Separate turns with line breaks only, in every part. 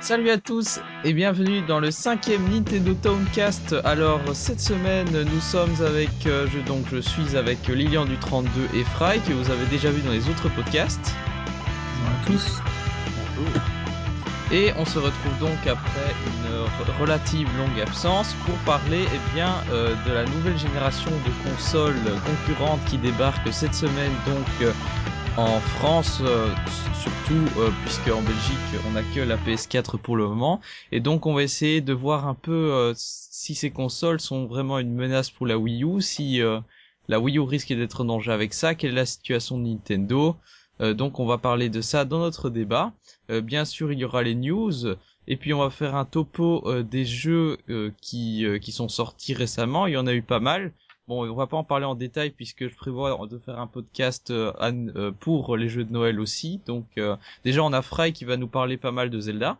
Salut à tous et bienvenue dans le cinquième Nintendo Towncast. Alors cette semaine nous sommes avec, euh, je, donc je suis avec Lilian du 32 et Fry que vous avez déjà vu dans les autres podcasts.
Bonjour à tous.
Et on se retrouve donc après une re- relative longue absence pour parler eh bien, euh, de la nouvelle génération de consoles concurrentes qui débarque cette semaine donc euh, en France euh, s- surtout euh, puisque en Belgique on n'a que la PS4 pour le moment et donc on va essayer de voir un peu euh, si ces consoles sont vraiment une menace pour la Wii U, si euh, la Wii U risque d'être en danger avec ça, quelle est la situation de Nintendo. Euh, donc on va parler de ça dans notre débat. Euh, bien sûr, il y aura les news. Et puis on va faire un topo euh, des jeux euh, qui, euh, qui sont sortis récemment. Il y en a eu pas mal. Bon, on va pas en parler en détail puisque je prévois de faire un podcast euh, an- euh, pour les jeux de Noël aussi. Donc euh, déjà on a Fry qui va nous parler pas mal de Zelda,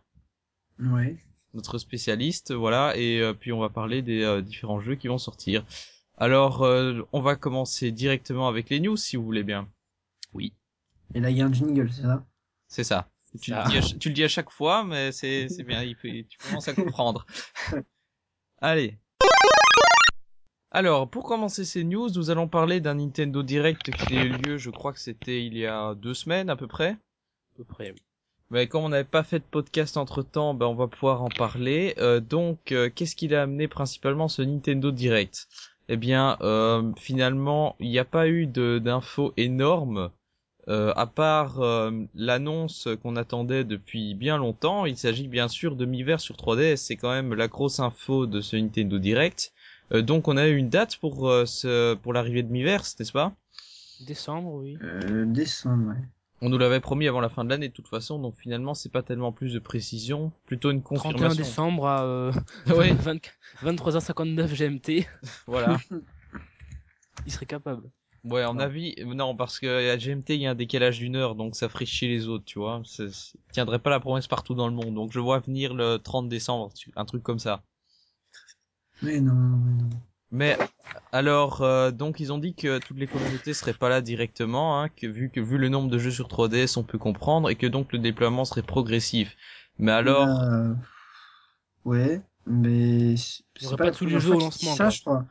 Ouais.
notre spécialiste, voilà. Et euh, puis on va parler des euh, différents jeux qui vont sortir. Alors euh, on va commencer directement avec les news si vous voulez bien. Oui,
Et là, il y a un jingle, c'est ça
c'est ça. Tu le, dis à, ch- tu le dis à chaque fois, mais c'est c'est bien, il peut- tu commences à comprendre. Allez. Alors, pour commencer ces news, nous allons parler d'un Nintendo Direct qui a eu lieu, je crois que c'était il y a deux semaines à peu près.
peu près, oui.
Mais comme on n'avait pas fait de podcast entre-temps, ben on va pouvoir en parler. Euh, donc, euh, qu'est-ce qu'il a amené principalement ce Nintendo Direct Eh bien, euh, finalement, il n'y a pas eu de- d'infos énormes. Euh, à part euh, l'annonce qu'on attendait depuis bien longtemps, il s'agit bien sûr de Miiverse sur 3DS, c'est quand même la grosse info de ce Nintendo Direct. Euh, donc on a eu une date pour euh, ce pour l'arrivée de Miiverse, n'est-ce pas
Décembre, oui.
euh, Décembre, ouais.
On nous l'avait promis avant la fin de l'année de toute façon, donc finalement c'est pas tellement plus de précision, plutôt une
31
confirmation.
décembre à euh,
oui,
20 23h59 GMT.
voilà.
Il serait capable.
Ouais, à mon
Non.
avis, non, parce que à GMT, il y a un décalage d'une heure, donc ça ferait chier les autres, tu vois. C'est- c'est- Il tiendrait pas la promesse partout dans le monde, donc je vois venir le 30 décembre, tu- un truc comme ça.
Mais non, mais non.
Mais alors, euh, donc ils ont dit que toutes les communautés seraient pas là directement, hein, que vu que vu le nombre de jeux sur 3DS, on peut comprendre et que donc le déploiement serait progressif. Mais alors,
Euh, Ouais, mais c'est
Il y aurait
pas,
pas
la
tous les
première
jeux au
fois qu'ils
lancement,
disent Ça,
quoi.
je crois.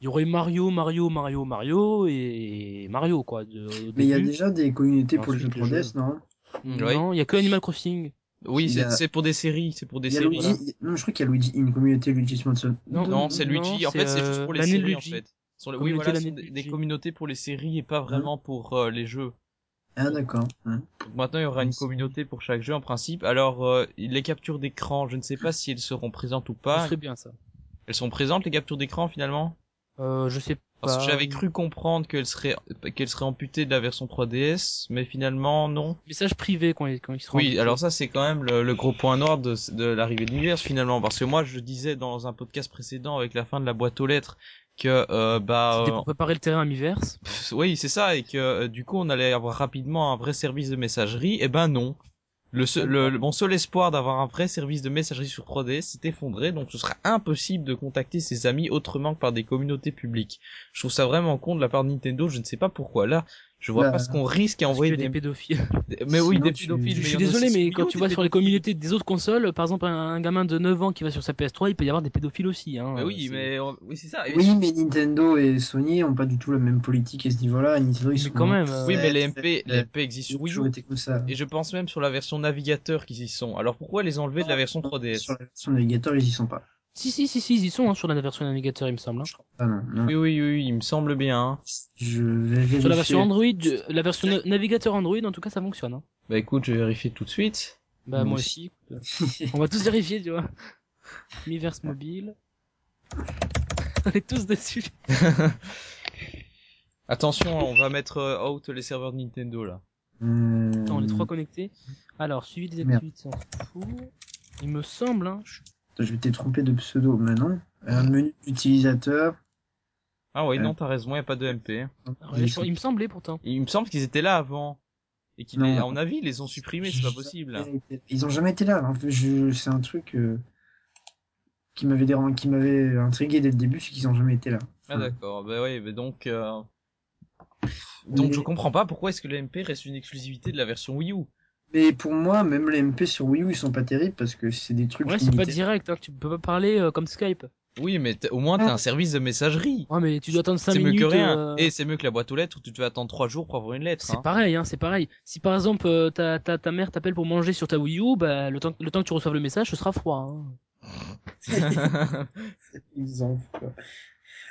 Il y aurait Mario, Mario, Mario, Mario et Mario, quoi. de- au
Mais il y a
début.
déjà des communautés
Et
pour les jeux
ensuite, les
3DS, non
Ouais.
Non, il y a que Animal Crossing.
oui,
il y
c'est
a-
c'est pour des séries, c'est pour des
Il y a
séries.
Luigi. Non, je crois qu'il y a Luigi, une communauté Luigi Mansion.
Non,
Non, c'est
Non,
Luigi. En
c'est,
fait, c'est juste
euh,
pour les
l'année de
séries. En
Luigi.
fait, Sur les- oui,
Communauté
voilà,
l'année
sont
de
des, des
Luigi.
communautés pour les séries et pas vraiment pour euh, les jeux.
Ah, d'accord. hein.
Donc maintenant, il y aura une
Oui, c'est-
communauté pour chaque jeu en principe. Alors, euh, les captures d'écran, je ne sais pas si elles seront présentes ou
Ce
pas.
serait bien ça.
Elles sont présentes les captures d'écran finalement.
Euh, je sais pas.
Parce que
euh,
j'avais cru comprendre qu'elle serait qu'elle serait amputée de la version 3DS, mais finalement non.
Message privé quand il, quand il sera.
Oui,
en-
alors ça c'est quand même le, le gros point noir de, de l'arrivée de l'univers finalement, parce que moi je disais dans un podcast précédent avec la fin de la boîte aux lettres que euh, bah
C'était
euh,
pour préparer le terrain à mi-verse.
pff, oui c'est ça et que euh, du coup on allait avoir rapidement un vrai service de messagerie, et ben non. Le, seul- le, le- mon seul espoir d'avoir un vrai service de messagerie sur 3DS s'est effondré, donc ce sera impossible de contacter ses amis autrement que par des communautés publiques. Je trouve ça vraiment con de la part de Nintendo, je ne sais pas pourquoi. Là, je vois
Bah,
pas ce qu'on risque à
Parce
envoyer
que des
des...
pédophiles.
Mais oui,
Sinon,
des
tu-
pédophiles. mais
Je suis
il y en a
désolé,
6
mais quand
millions, des
tu vois sur les communautés des autres consoles, par exemple, un, un gamin de 9 ans qui va sur sa PS3, il peut y avoir des pédophiles aussi. Hein.
Bah oui,
C'est-
mais on- oui, c'est ça. Et-
Oui, mais Nintendo et Sony ont pas du tout la même politique à ce niveau-là. Nintendo, ils
Mais
sont.
quand même, euh,
oui, mais
très,
les
très,
MP,
très-
les MP existent
Ils
sur
ont
Wii
toujours
U.
été comme ça.
Et je pense même sur la version navigateur qu'ils y sont. Alors pourquoi les enlever de
Ah.
la version
Sur
3DS
la version navigateur, ils y sont pas.
Si, si, si, si, ils y sont hein, sur la version navigateur, il me semble. hein.
Ah non, non.
Oui, oui, oui, oui, il me semble bien. hein.
Je vais vérifier.
Sur la version Android, euh, la version na- navigateur Android, en tout cas, ça fonctionne. hein.
Bah écoute, je vais vérifier tout de suite.
Bah,
Moi
moi aussi. écoute. On va tous vérifier, tu vois. Miiverse mobile. On est tous dessus.
Attention, on va mettre euh, out les serveurs de Nintendo là.
Euh,
Attends, on est
Mmh.
trois connectés. Alors, suivi des
Merde.
activités, on s'en fout. Il me semble, hein. je-
Je t'ai trompé de pseudo, mais non. Un menu utilisateur.
Ah oui,
Euh.
non, t'as raison, y a pas de MP.
Alors, ils sont- il me semblait pourtant.
Il me semble qu'ils étaient là avant. Et qu'ils,
Non.
les- à mon avis, ils les ont supprimés, c'est pas possible.
Ils ont jamais été là. En fait, je... c'est un truc euh, qui m'avait déran- qui m'avait intrigué dès le début, c'est qu'ils ont jamais été là.
Ah
Mm.
d'accord, bah oui, mais donc... euh, Donc
Mais-
je comprends pas pourquoi est-ce que le MP reste une exclusivité de la version Wii U.
Mais pour moi, même les MP sur Wii U, ils sont pas terribles parce que c'est des
Mmh.
trucs.
Ouais, c'est pas
limités.
direct, hein, tu peux pas parler euh, comme Skype.
Oui, mais t'as- au moins t'as un service de messagerie.
Ouais, mais tu dois attendre 5
C'est mieux
Ah. minutes.
que rien.
euh,
Et c'est mieux que la boîte aux lettres où tu devais attendre 3 jours pour avoir une lettre.
C'est
hein.
pareil, hein, c'est pareil. Si par exemple euh, ta, ta, ta mère t'appelle pour manger sur ta Wii U, bah, le, temps, le temps que tu reçoives le message, ce sera froid. hein.
Exemple, quoi.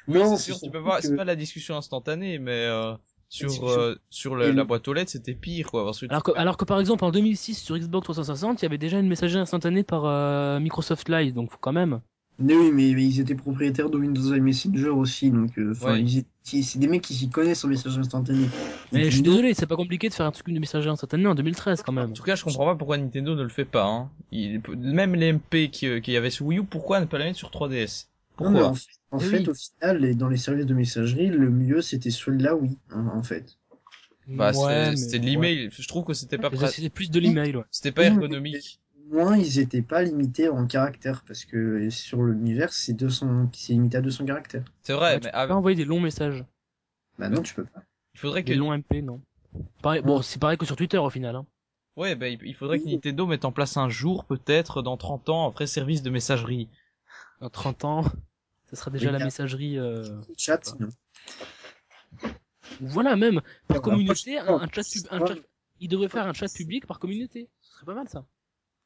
Oui,
Non,
c'est sûr,
c'est
tu peux
surtout
voir,
que-
c'est pas la discussion instantanée, mais euh, sur
discussion.
euh, sur la,
Et
la
le-
boîte aux lettres, c'était pire quoi. Parce que tu-
Alors, que, alors que par exemple en 2006 sur Xbox 360, il y avait déjà une messagerie instantanée par euh, Microsoft Live, donc faut quand même.
Mais oui, mais, mais ils étaient propriétaires de Windows Live Messenger aussi, donc euh, 'fin,
Ouais.
ils étaient- c'est- c'est des mecs qui s'y connaissent en message instantané.
Mais
Donc,
je suis
Windows-
désolé, c'est pas compliqué de faire un truc de messagerie instantanée en 2013 quand même.
en tout cas, je comprends pas pourquoi Nintendo ne le fait pas. Hein. Il... Même les MP qui- euh, qu'il y avait sur Wii U, pourquoi ne pas la mettre sur 3DS
Non, mais
Pourquoi
en fait, en
Eh
fait,
oui.
au final, les- dans les services de messagerie, le mieux c'était celui-là, oui, en, en fait.
Bah, c'est-
Ouais, mais-
c'était de l'email. Je trouve que c'était pas
Ouais.
pra-
C'était plus de l'email, ouais.
c'était pas
Oui, mais-
ergonomique.
Au moins, ils étaient pas limités en caractères, parce que sur l'univers, c'est 200... c'est limité à 200 caractères.
C'est vrai,
Ouais, tu
mais
peux
ah,
pas envoyer des longs messages,
Bah non, tu peux pas.
il faudrait que
des longs MP, non. Pareil, bon, c'est pareil que sur Twitter au final. Hein.
ouais, bah, il il faudrait que
Oui.
Nintendo mette en place un jour peut-être dans 30 ans un vrai service de messagerie.
Dans 30 ans, ça sera déjà
Oui,
la
car-
messagerie. euh,
Chat,
Bah.
non.
Voilà, même par
bah,
Ouais,
communauté, un,
franchement,
un chat pub- un
ouais.
chat- il devrait faire un chat public par communauté. Ce serait pas mal ça.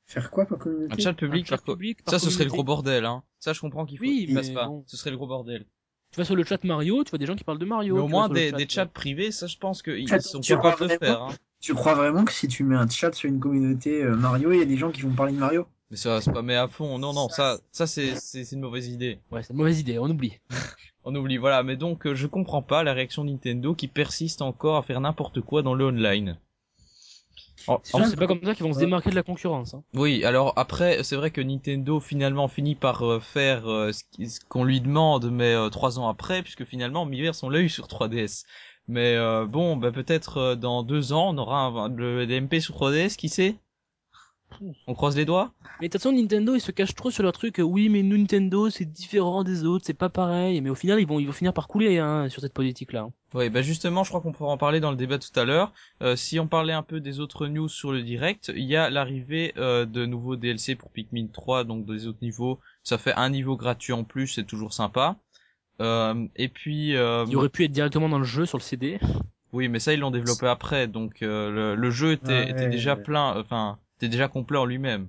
Faire quoi par communauté
Un chat public
Un chat
par co-
public par
Ça, ce serait le gros
communauté.
bordel. Hein. Ça, je comprends qu'il faut
Oui,
qu'il passe
mais
pas.
bon.
Ce serait le gros bordel.
Tu vas sur le chat Mario, tu vois des gens qui parlent de Mario.
Mais au
tu
moins
vas sur le
des, des
euh,
chats privés, ça je pense qu'ils
Attends,
sont
tu
capables de
vois
le faire.
vraiment
Hein.
Tu crois vraiment que si tu mets un chat sur une communauté euh, Mario, il y a des gens qui vont parler de Mario
Mais ça se met à fond. Non, non, ça, ça c'est c'est c'est une mauvaise idée.
euh, Ouais, c'est une mauvaise idée, on oublie.
On oublie, voilà. Mais donc, euh, je comprends pas la réaction de Nintendo qui persiste encore à faire n'importe quoi dans le online. En-
C'est sûr,
en-
c'est pas comme ça qu'ils vont se
Ouais.
démarquer de la concurrence. Hein.
oui, alors après, c'est vrai que Nintendo finalement finit par euh, faire euh, ce qui- ce qu'on lui demande, mais euh, trois ans après, puisque finalement Miiverse on l'a eu sur 3DS. Mais euh, bon, bah, peut-être euh, dans deux ans on aura un, le DMP sur 3DS, qui sait On croise les doigts
Mais de toute façon, Nintendo, ils se cachent trop sur leur truc. euh, Oui, mais nous, Nintendo, c'est différent des autres, c'est pas pareil. Mais au final, ils vont, ils vont finir par couler hein, sur cette politique-là. hein.
Oui, bah justement, je crois qu'on pourra en parler dans le débat tout à l'heure. Euh, si on parlait un peu des autres news sur le direct, il y a l'arrivée euh, de nouveaux DLC pour Pikmin 3, donc des autres niveaux. Ça fait un niveau gratuit en plus, c'est toujours sympa. Euh, et puis, euh,
Il aurait pu être directement dans le jeu sur le CD.
oui, mais ça ils l'ont développé après, donc euh, le, le jeu était,
Ouais.
était déjà plein, enfin, était déjà complet en lui-même.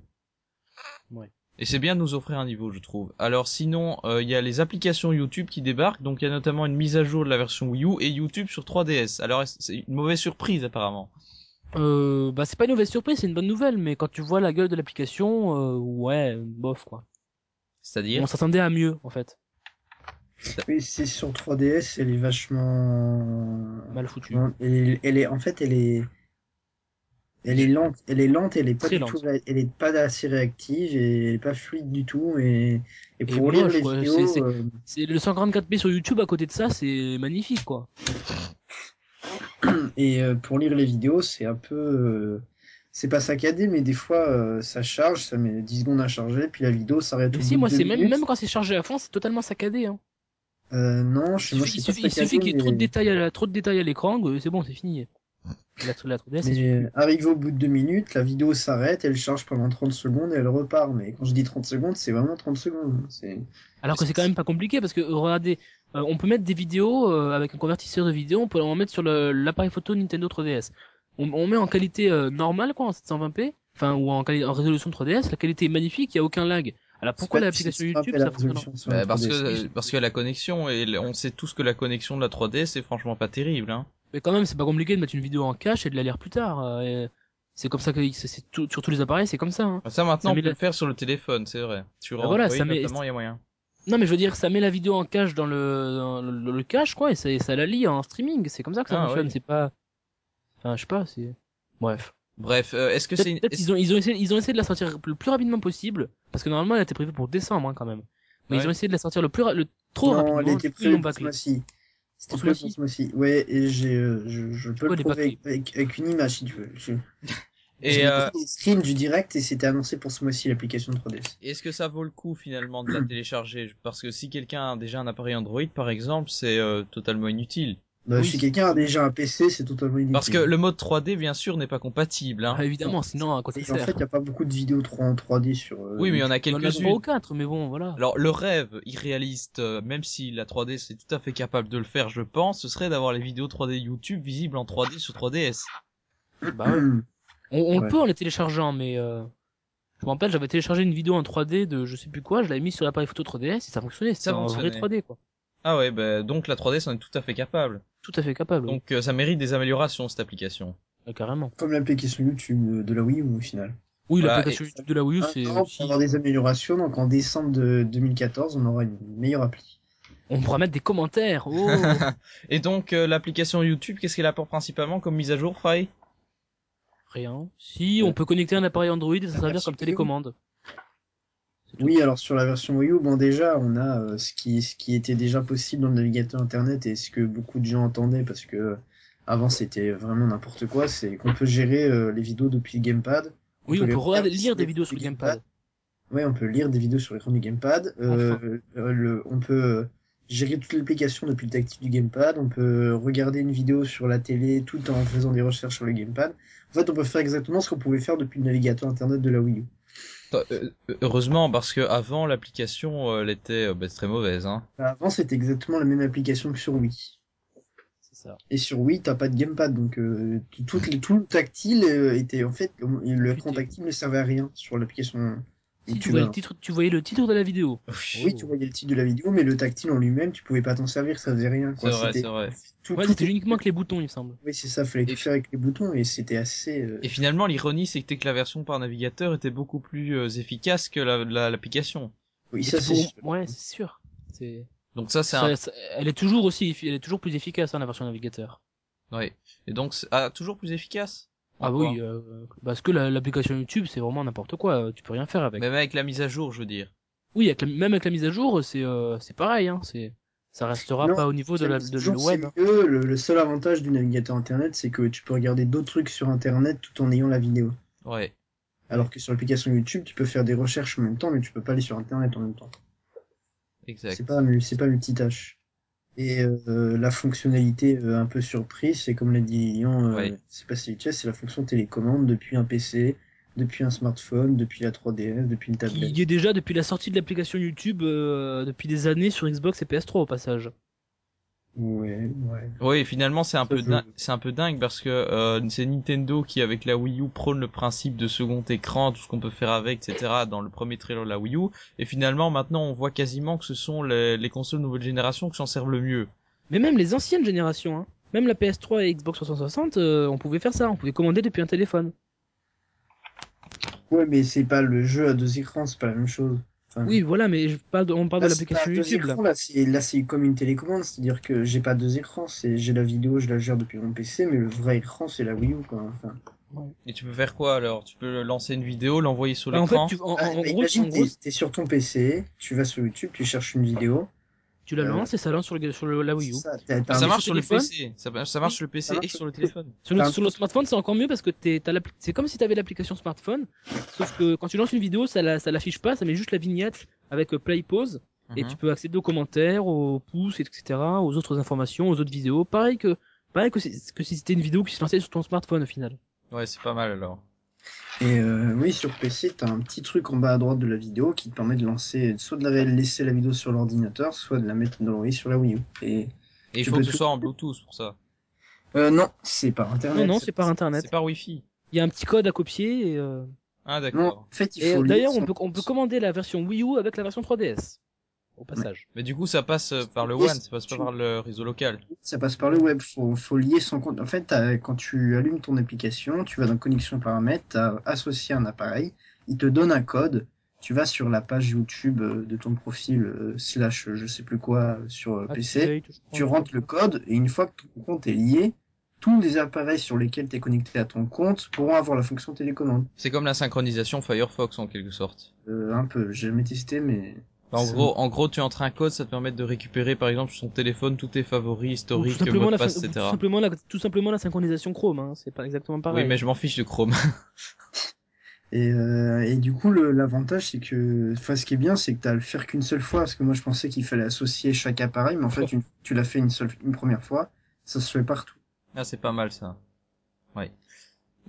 Ouais.
Et c'est bien de nous offrir un niveau, je trouve. Alors sinon, euh, il y a les applications YouTube qui débarquent, donc il y a notamment une mise à jour de la version Wii U et YouTube sur 3DS. Alors est-ce- c'est une mauvaise surprise apparemment.
Euh, bah, c'est pas une mauvaise surprise, c'est une bonne nouvelle. Mais quand tu vois la gueule de l'application, euh, ouais, bof quoi.
C'est-à-dire
On s'attendait à mieux en fait.
Oui, c'est sur 3DS, elle est vachement.
Mal foutu.
Non, Hein, Elle est, elle est- en fait, elle est, elle est lente, elle est lente, elle est pas
Très
du
lente.
tout, ré- elle est pas assez réactive et elle est pas fluide du tout et, et pour
moche,
lire les
quoi,
vidéos,
c'est- c'est-
euh,
C'est le 144p sur YouTube à côté de ça, c'est magnifique quoi.
et euh, pour lire les vidéos, c'est un peu, euh, c'est pas saccadé, mais des fois euh, ça charge, ça met 10 secondes à charger, puis la vidéo s'arrête.
Mais
au
si,
bout de
moi
deux
c'est même,
minutes.
même quand c'est chargé à fond, c'est totalement saccadé. Hein.
Euh, non,
Il
chez moi
suffit, il
c'est pas
suffit- il
saccadé,
suffit qu'il y ait trop de
mais-
détails à, la- trop de détails à l'écran, que c'est bon, c'est fini. La, la 3DS, c'est
Mais euh, arrivé au bout de deux minutes, la vidéo s'arrête, elle charge pendant 30 secondes et elle repart. Mais quand je dis 30 secondes, c'est vraiment 30 secondes. hein. C'est...
Alors que c'est quand même pas compliqué parce que euh, regardez, euh, on peut mettre des vidéos euh, avec un convertisseur de vidéo, on peut en mettre sur le- l'appareil photo Nintendo 3DS. On, on met en qualité euh, normale quoi, en 720p, enfin ou en, quali- en résolution 3DS, la qualité est magnifique, il y a aucun lag. Alors pourquoi
C'est pas-
l'application
c'est pas
YouTube
la
ça fonctionne
résolution sur
Bah,
la
parce
3DS.
que parce que la connexion et le- on sait tous que la connexion de la 3DS c'est franchement pas terrible. Hein.
Mais quand même, c'est pas compliqué de mettre une vidéo en cache et de la lire plus tard. euh, et c'est comme ça que c'est c'est tout- sur tous les appareils, c'est comme ça. hein.
Ça maintenant
Ça
on
met
peut
la-
le faire sur le téléphone, c'est vrai. Sur
Ah, voilà,
Android,
ça met-
notamment, il y a moyen.
Non mais je veux dire, ça met la vidéo en cache dans le dans le, le cache quoi, et ça, et ça la lit en streaming. C'est comme ça que ça
Ah,
fonctionne.
oui.
C'est pas, enfin je sais pas, c'est bref.
Bref, euh, est-ce que c'est une...
Peut-être ils ont, ils, ont essayé, ils ont essayé de la sortir le plus rapidement possible, parce que normalement elle était prévue pour décembre hein, quand même. Mais
Ouais.
ils ont essayé de la sortir le plus ra- le trop
non,
rapidement.
elle était
du coup, ils
prévue pour
l'ont
ce
bâclée.
mois-ci. C'était
Pour ce
prévu
mois-ci
pour ce mois-ci. Ouais, et j'ai, euh, je, je peux le
quoi, les
prouver
bâclés
avec, avec- avec une image si tu veux. Je-
et
j'ai
euh,
pris des screens du direct et c'était annoncé pour ce mois-ci l'application de 3DS.
Est-ce que ça vaut le coup finalement de la télécharger Parce que si quelqu'un a déjà un appareil Android par exemple, c'est euh, totalement inutile.
Bah,
Oui.
Si quelqu'un a déjà un PC, c'est totalement inutile.
Parce que le mode 3D, bien sûr, n'est pas compatible. hein.
Ah, évidemment, sinon à quoi ça
Et en
sert
fait, il n'y a pas beaucoup de vidéos 3 en 3D sur. euh,
Oui, mais il y en a
Il y en a
quelques-unes.
trois ou quatre, mais bon, voilà.
Alors le rêve irréaliste, euh, même si la 3D c'est tout à fait capable de le faire, je pense, ce serait d'avoir les vidéos 3D YouTube visibles en 3D sur 3DS.
Bah, ouais.
Hum.
On, on le
Ouais.
peut en les téléchargeant, mais euh, je me rappelle, j'avais téléchargé une vidéo en 3D de je sais plus quoi, je l'avais mis sur l'appareil photo 3DS et ça fonctionnait. C'était
Ça
en vrai
fonctionnait.
3D, quoi.
Ah ouais, bah, donc la 3DS en est tout à fait capable.
Tout à fait capable,
Donc euh, ça mérite des améliorations cette application.
ouais, Ah, carrément.
Comme l'application YouTube euh, de la Wii U au final.
Oui,
Voilà,
l'application
Bah, et-
YouTube de la Wii U, c'est
Maintenant,
aussi...
pour avoir des améliorations, donc en décembre de 2014, on aura une meilleure appli.
On pourra mettre des commentaires. Oh.
Et donc euh, l'application YouTube, qu'est-ce qu'elle apporte principalement comme mise à jour, Fry
Rien. Si, on peut connecter un appareil Android et ça
Ah,
servir
merci.
comme télécommande.
Oui, alors sur la version Wii U, bon déjà, on a euh, ce qui, ce qui était déjà possible dans le navigateur internet et ce que beaucoup de gens entendaient parce que euh, avant c'était vraiment n'importe quoi, c'est qu'on peut gérer euh, les vidéos depuis le gamepad.
Oui,
peut
on
les
peut re-
regarder
lire
sur
des
le
vidéos sur le gamepad.
Ouais, on peut lire des vidéos sur l'écran du gamepad. euh, euh, le- on peut euh, gérer toute l'application depuis le tactile du gamepad. On peut regarder une vidéo sur la télé tout en faisant des recherches sur le gamepad. En fait, on peut faire exactement ce qu'on pouvait faire depuis le navigateur internet de la Wii U.
Euh, Heureusement, parce que avant l'application, euh, elle était euh, bah, très mauvaise. Hein.
Avant, c'était exactement la même application que sur Wii.
C'est ça.
Et sur Wii, t'as pas de gamepad, donc euh, tout, toutes les- tout le tactile euh, était en fait on- le
Putain.
écran tactile ne servait à rien sur l'application.
Si tu
YouTube,
voyais, le
alors.
titre, tu voyais le titre de la vidéo.
Oui, tu voyais le titre de la vidéo, mais le tactile en lui-même, tu pouvais pas t'en servir, ça faisait rien.
C'est
quoi.
vrai,
C'était-
c'est vrai.
Tout,
Ouais,
tout
c'était uniquement que les boutons, il me semble.
Oui, c'est ça, fallait
Et-
tout faire avec les boutons et c'était assez. euh,
Et finalement, l'ironie, c'était que la version par navigateur était beaucoup plus euh, efficace que la- la- l'application.
Oui,
Et
ça
tu
c'est.
peux-
sûr.
Ouais, c'est sûr. C'est...
donc ça, c'est un
Ça- ça- Elle est toujours aussi, effi- elle est toujours plus efficace, hein, la version navigateur.
Oui. Et donc, c'est- ah, toujours plus efficace
Ah
Encore.
oui, euh, parce que la- l'application YouTube, c'est vraiment n'importe quoi. euh, Tu peux rien faire avec.
Même avec la mise à jour, je veux dire.
Oui, avec la- même avec la mise à jour, c'est euh, c'est pareil. Hein, c'est ça restera
Non,
pas au niveau de la de,
Toujours,
le
c'est
web. hein.
mieux. Le, le seul avantage du navigateur internet, c'est que tu peux regarder d'autres trucs sur internet tout en ayant la vidéo.
Ouais.
Alors que sur l'application YouTube, tu peux faire des recherches en même temps, mais tu peux pas aller sur internet en même temps.
Exact.
C'est pas mul- c'est pas multitâche. Et euh, la fonctionnalité euh, un peu surprise, c'est comme l'a dit Lilian, euh,
Ouais.
c'est pas si vite fait, c'est la fonction télécommande depuis un PC, depuis un smartphone, depuis la 3DS, depuis une tablette.
Qui y est déjà depuis la sortie de l'application YouTube euh, depuis des années sur Xbox et PS3 au passage.
Ouais, ouais.
Oui, finalement, c'est un
Ça,
peu
je-
dingue, c'est un peu dingue parce que euh, c'est Nintendo qui, avec la Wii U, prône le principe de second écran, tout ce qu'on peut faire avec, etc. Dans le premier trailer de la Wii U, et finalement, maintenant, on voit quasiment que ce sont les, les consoles nouvelle génération qui s'en servent le mieux.
Mais même les anciennes générations, hein, même la PS3 et Xbox 360, euh, on pouvait faire ça. On pouvait commander depuis un téléphone.
Mmh. Ouais, mais c'est pas le jeu à deux écrans, c'est pas la même chose. Enfin,
Oui, voilà, mais je parle de- on parle de
Là, Ah, c'est pas
l'application
deux
YouTube. Là.
écrans, là, c'est, là, c'est comme une télécommande, c'est-à-dire que j'ai pas deux écrans, c'est, j'ai la vidéo, je la gère depuis mon PC, mais le vrai écran, c'est la Wii U, quoi. Enfin,
Et tu peux faire quoi alors Tu peux lancer une vidéo, l'envoyer sur
Bah, en fait,
l'écran.
tu, en, en-
ah,
en
bah,
gros,
imagine,
en gros,
t'es, t'es sur ton PC, tu vas sur YouTube, tu cherches une vidéo.
tu la
euh,
lances et ça lance sur, le, sur le- la Wii U.
c'est ça, t'as- t'as
Ça
un-
marche sur
sur
le
téléphone
PC. Ça, marche- ça marche sur le PC
marche
et
sur
sur le
téléphone.
téléphone.
Sur le,
Enfin,
sur le smartphone, c'est encore mieux parce que t'es- t'as l'appli- c'est comme si t'avais l'application smartphone, sauf que quand tu lances une vidéo, ça la- ça l'affiche pas, ça met juste la vignette avec euh, play pause et
Mhm.
tu peux accéder aux commentaires, aux pouces, etc., aux autres informations, aux autres vidéos. Pareil que, pareil que, si- que si c'était une vidéo qui se lançait sur ton smartphone au final.
Ouais, c'est pas mal alors.
Et euh, oui, sur PC, t'as un petit truc en bas à droite de la vidéo qui te permet de lancer, soit de la laisser la vidéo sur l'ordinateur, soit de la mettre dans oui, sur la Wii U. Et,
Et il
Tu
faut
peux
que ce
tout-
soit en Bluetooth pour ça.
euh, non, c'est par
Non,
internet.
non, c'est par
C'est
internet.
par Wi-Fi.
Il y a un petit code à copier. Et, euh,
Ah
Non,
d'accord.
en fait, il
et euh,
faut lire
d'ailleurs,
son-
on peut, on peut commander la version Wii U avec la version 3DS. Au passage.
Mais du coup, ça passe euh, par le
Oui,
One, ça passe pas
tu-
par le réseau local.
Ça passe par le web, faut, faut lier son compte. En fait, t'as- quand tu allumes ton application, tu vas dans connexion paramètres, t'as associé un appareil, il te donne un code, tu vas sur la page YouTube euh, de ton profil euh, slash euh, je sais plus quoi euh, sur
Ah,
euh, PC, tu rentres le code et une fois que ton compte est lié, tous les appareils sur lesquels tu es connecté à ton compte pourront avoir la fonction télécommande.
C'est comme la synchronisation Firefox en quelque sorte.
Euh, un peu, j'ai jamais testé mais
Enfin, en
C'est-
gros, en gros, tu entres un code, ça te permet de récupérer par exemple sur son téléphone tous tes favoris,
Ou
historiques,
tout, simplement
mots de
la,
passe,
syn- ou tout
etc.
simplement la- tout simplement la synchronisation Chrome, hein, c'est pas exactement pareil.
Oui, mais je m'en fiche de Chrome.
Et, euh, et du coup, le- l'avantage, c'est que, enfin, ce qui est bien, c'est que tu as à le faire qu'une seule fois, parce que moi, je pensais qu'il fallait associer chaque appareil, mais en fait, une- tu l'as fait une seule, une première fois, Ça se fait partout.
Ah, c'est pas mal ça. Oui.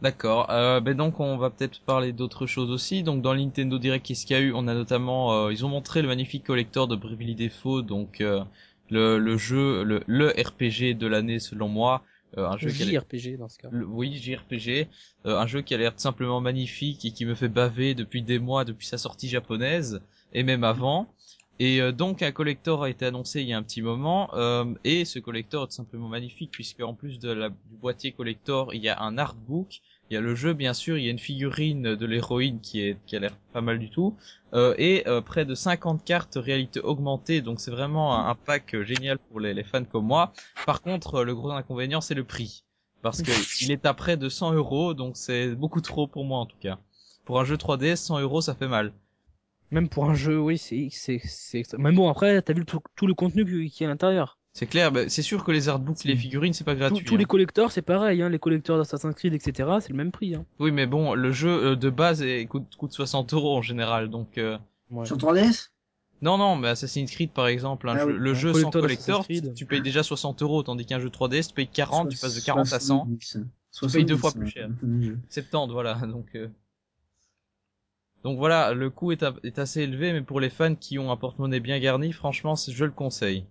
D'accord. Euh, ben donc on va peut-être parler d'autres choses aussi. Donc dans le Nintendo Direct, qu'est-ce qu'il y a eu On a notamment, euh, ils ont montré le magnifique collector de Bravely Default, donc euh, le, le jeu, le, le RPG de l'année selon moi. Euh, un jeu qui a l'air-
JRPG dans ce cas.
le- oui, JRPG, euh, un jeu qui a l'air simplement magnifique et qui me fait baver depuis des mois, depuis sa sortie japonaise et même avant. Et euh, donc un collector a été annoncé il y a un petit moment euh, et ce collector est simplement magnifique puisque en plus de la, du boîtier collector, il y a un artbook, il y a le jeu bien sûr, il y a une figurine de l'héroïne qui est qui a l'air pas mal du tout euh, et euh, près de 50 cartes réalité augmentée donc c'est vraiment un, un pack euh, génial pour les, les fans comme moi. Par contre, euh, le gros inconvénient c'est le prix parce que il est à près de 100 euros, donc c'est beaucoup trop pour moi en tout cas. Pour un jeu 3DS, 100 euros, ça fait mal.
Même pour un jeu, oui, c'est, c'est, c'est, extra- mais bon, après, t'as vu tout, tout le contenu qui- qui est à l'intérieur.
C'est clair, bah, c'est sûr que les artbooks, les figurines, c'est pas
Tous-
gratuit.
tous les
hein.
collecteurs, c'est pareil, hein, les collecteurs d'Assassin's Creed, etc., c'est le même prix, hein.
Oui, mais bon, le jeu euh, de base est- coûte, coûte 60 euros en général, donc. euh,
Ouais.
Sur 3DS
Non, non, mais Assassin's Creed par exemple, un
Ah
jeu-
oui,
le
un
jeu sans
collector
collector,
d'Assassin's
tu,
Creed.
tu payes déjà 60 euros, tandis qu'un jeu 3DS, tu payes 40, tu passes de 40 à 100,
60,
payes deux fois plus cher.
euh, je-
70, voilà, donc. euh. Donc voilà, le coût est, a- est assez élevé, mais pour les fans qui ont un porte-monnaie bien garni, franchement, c'est- je le conseille.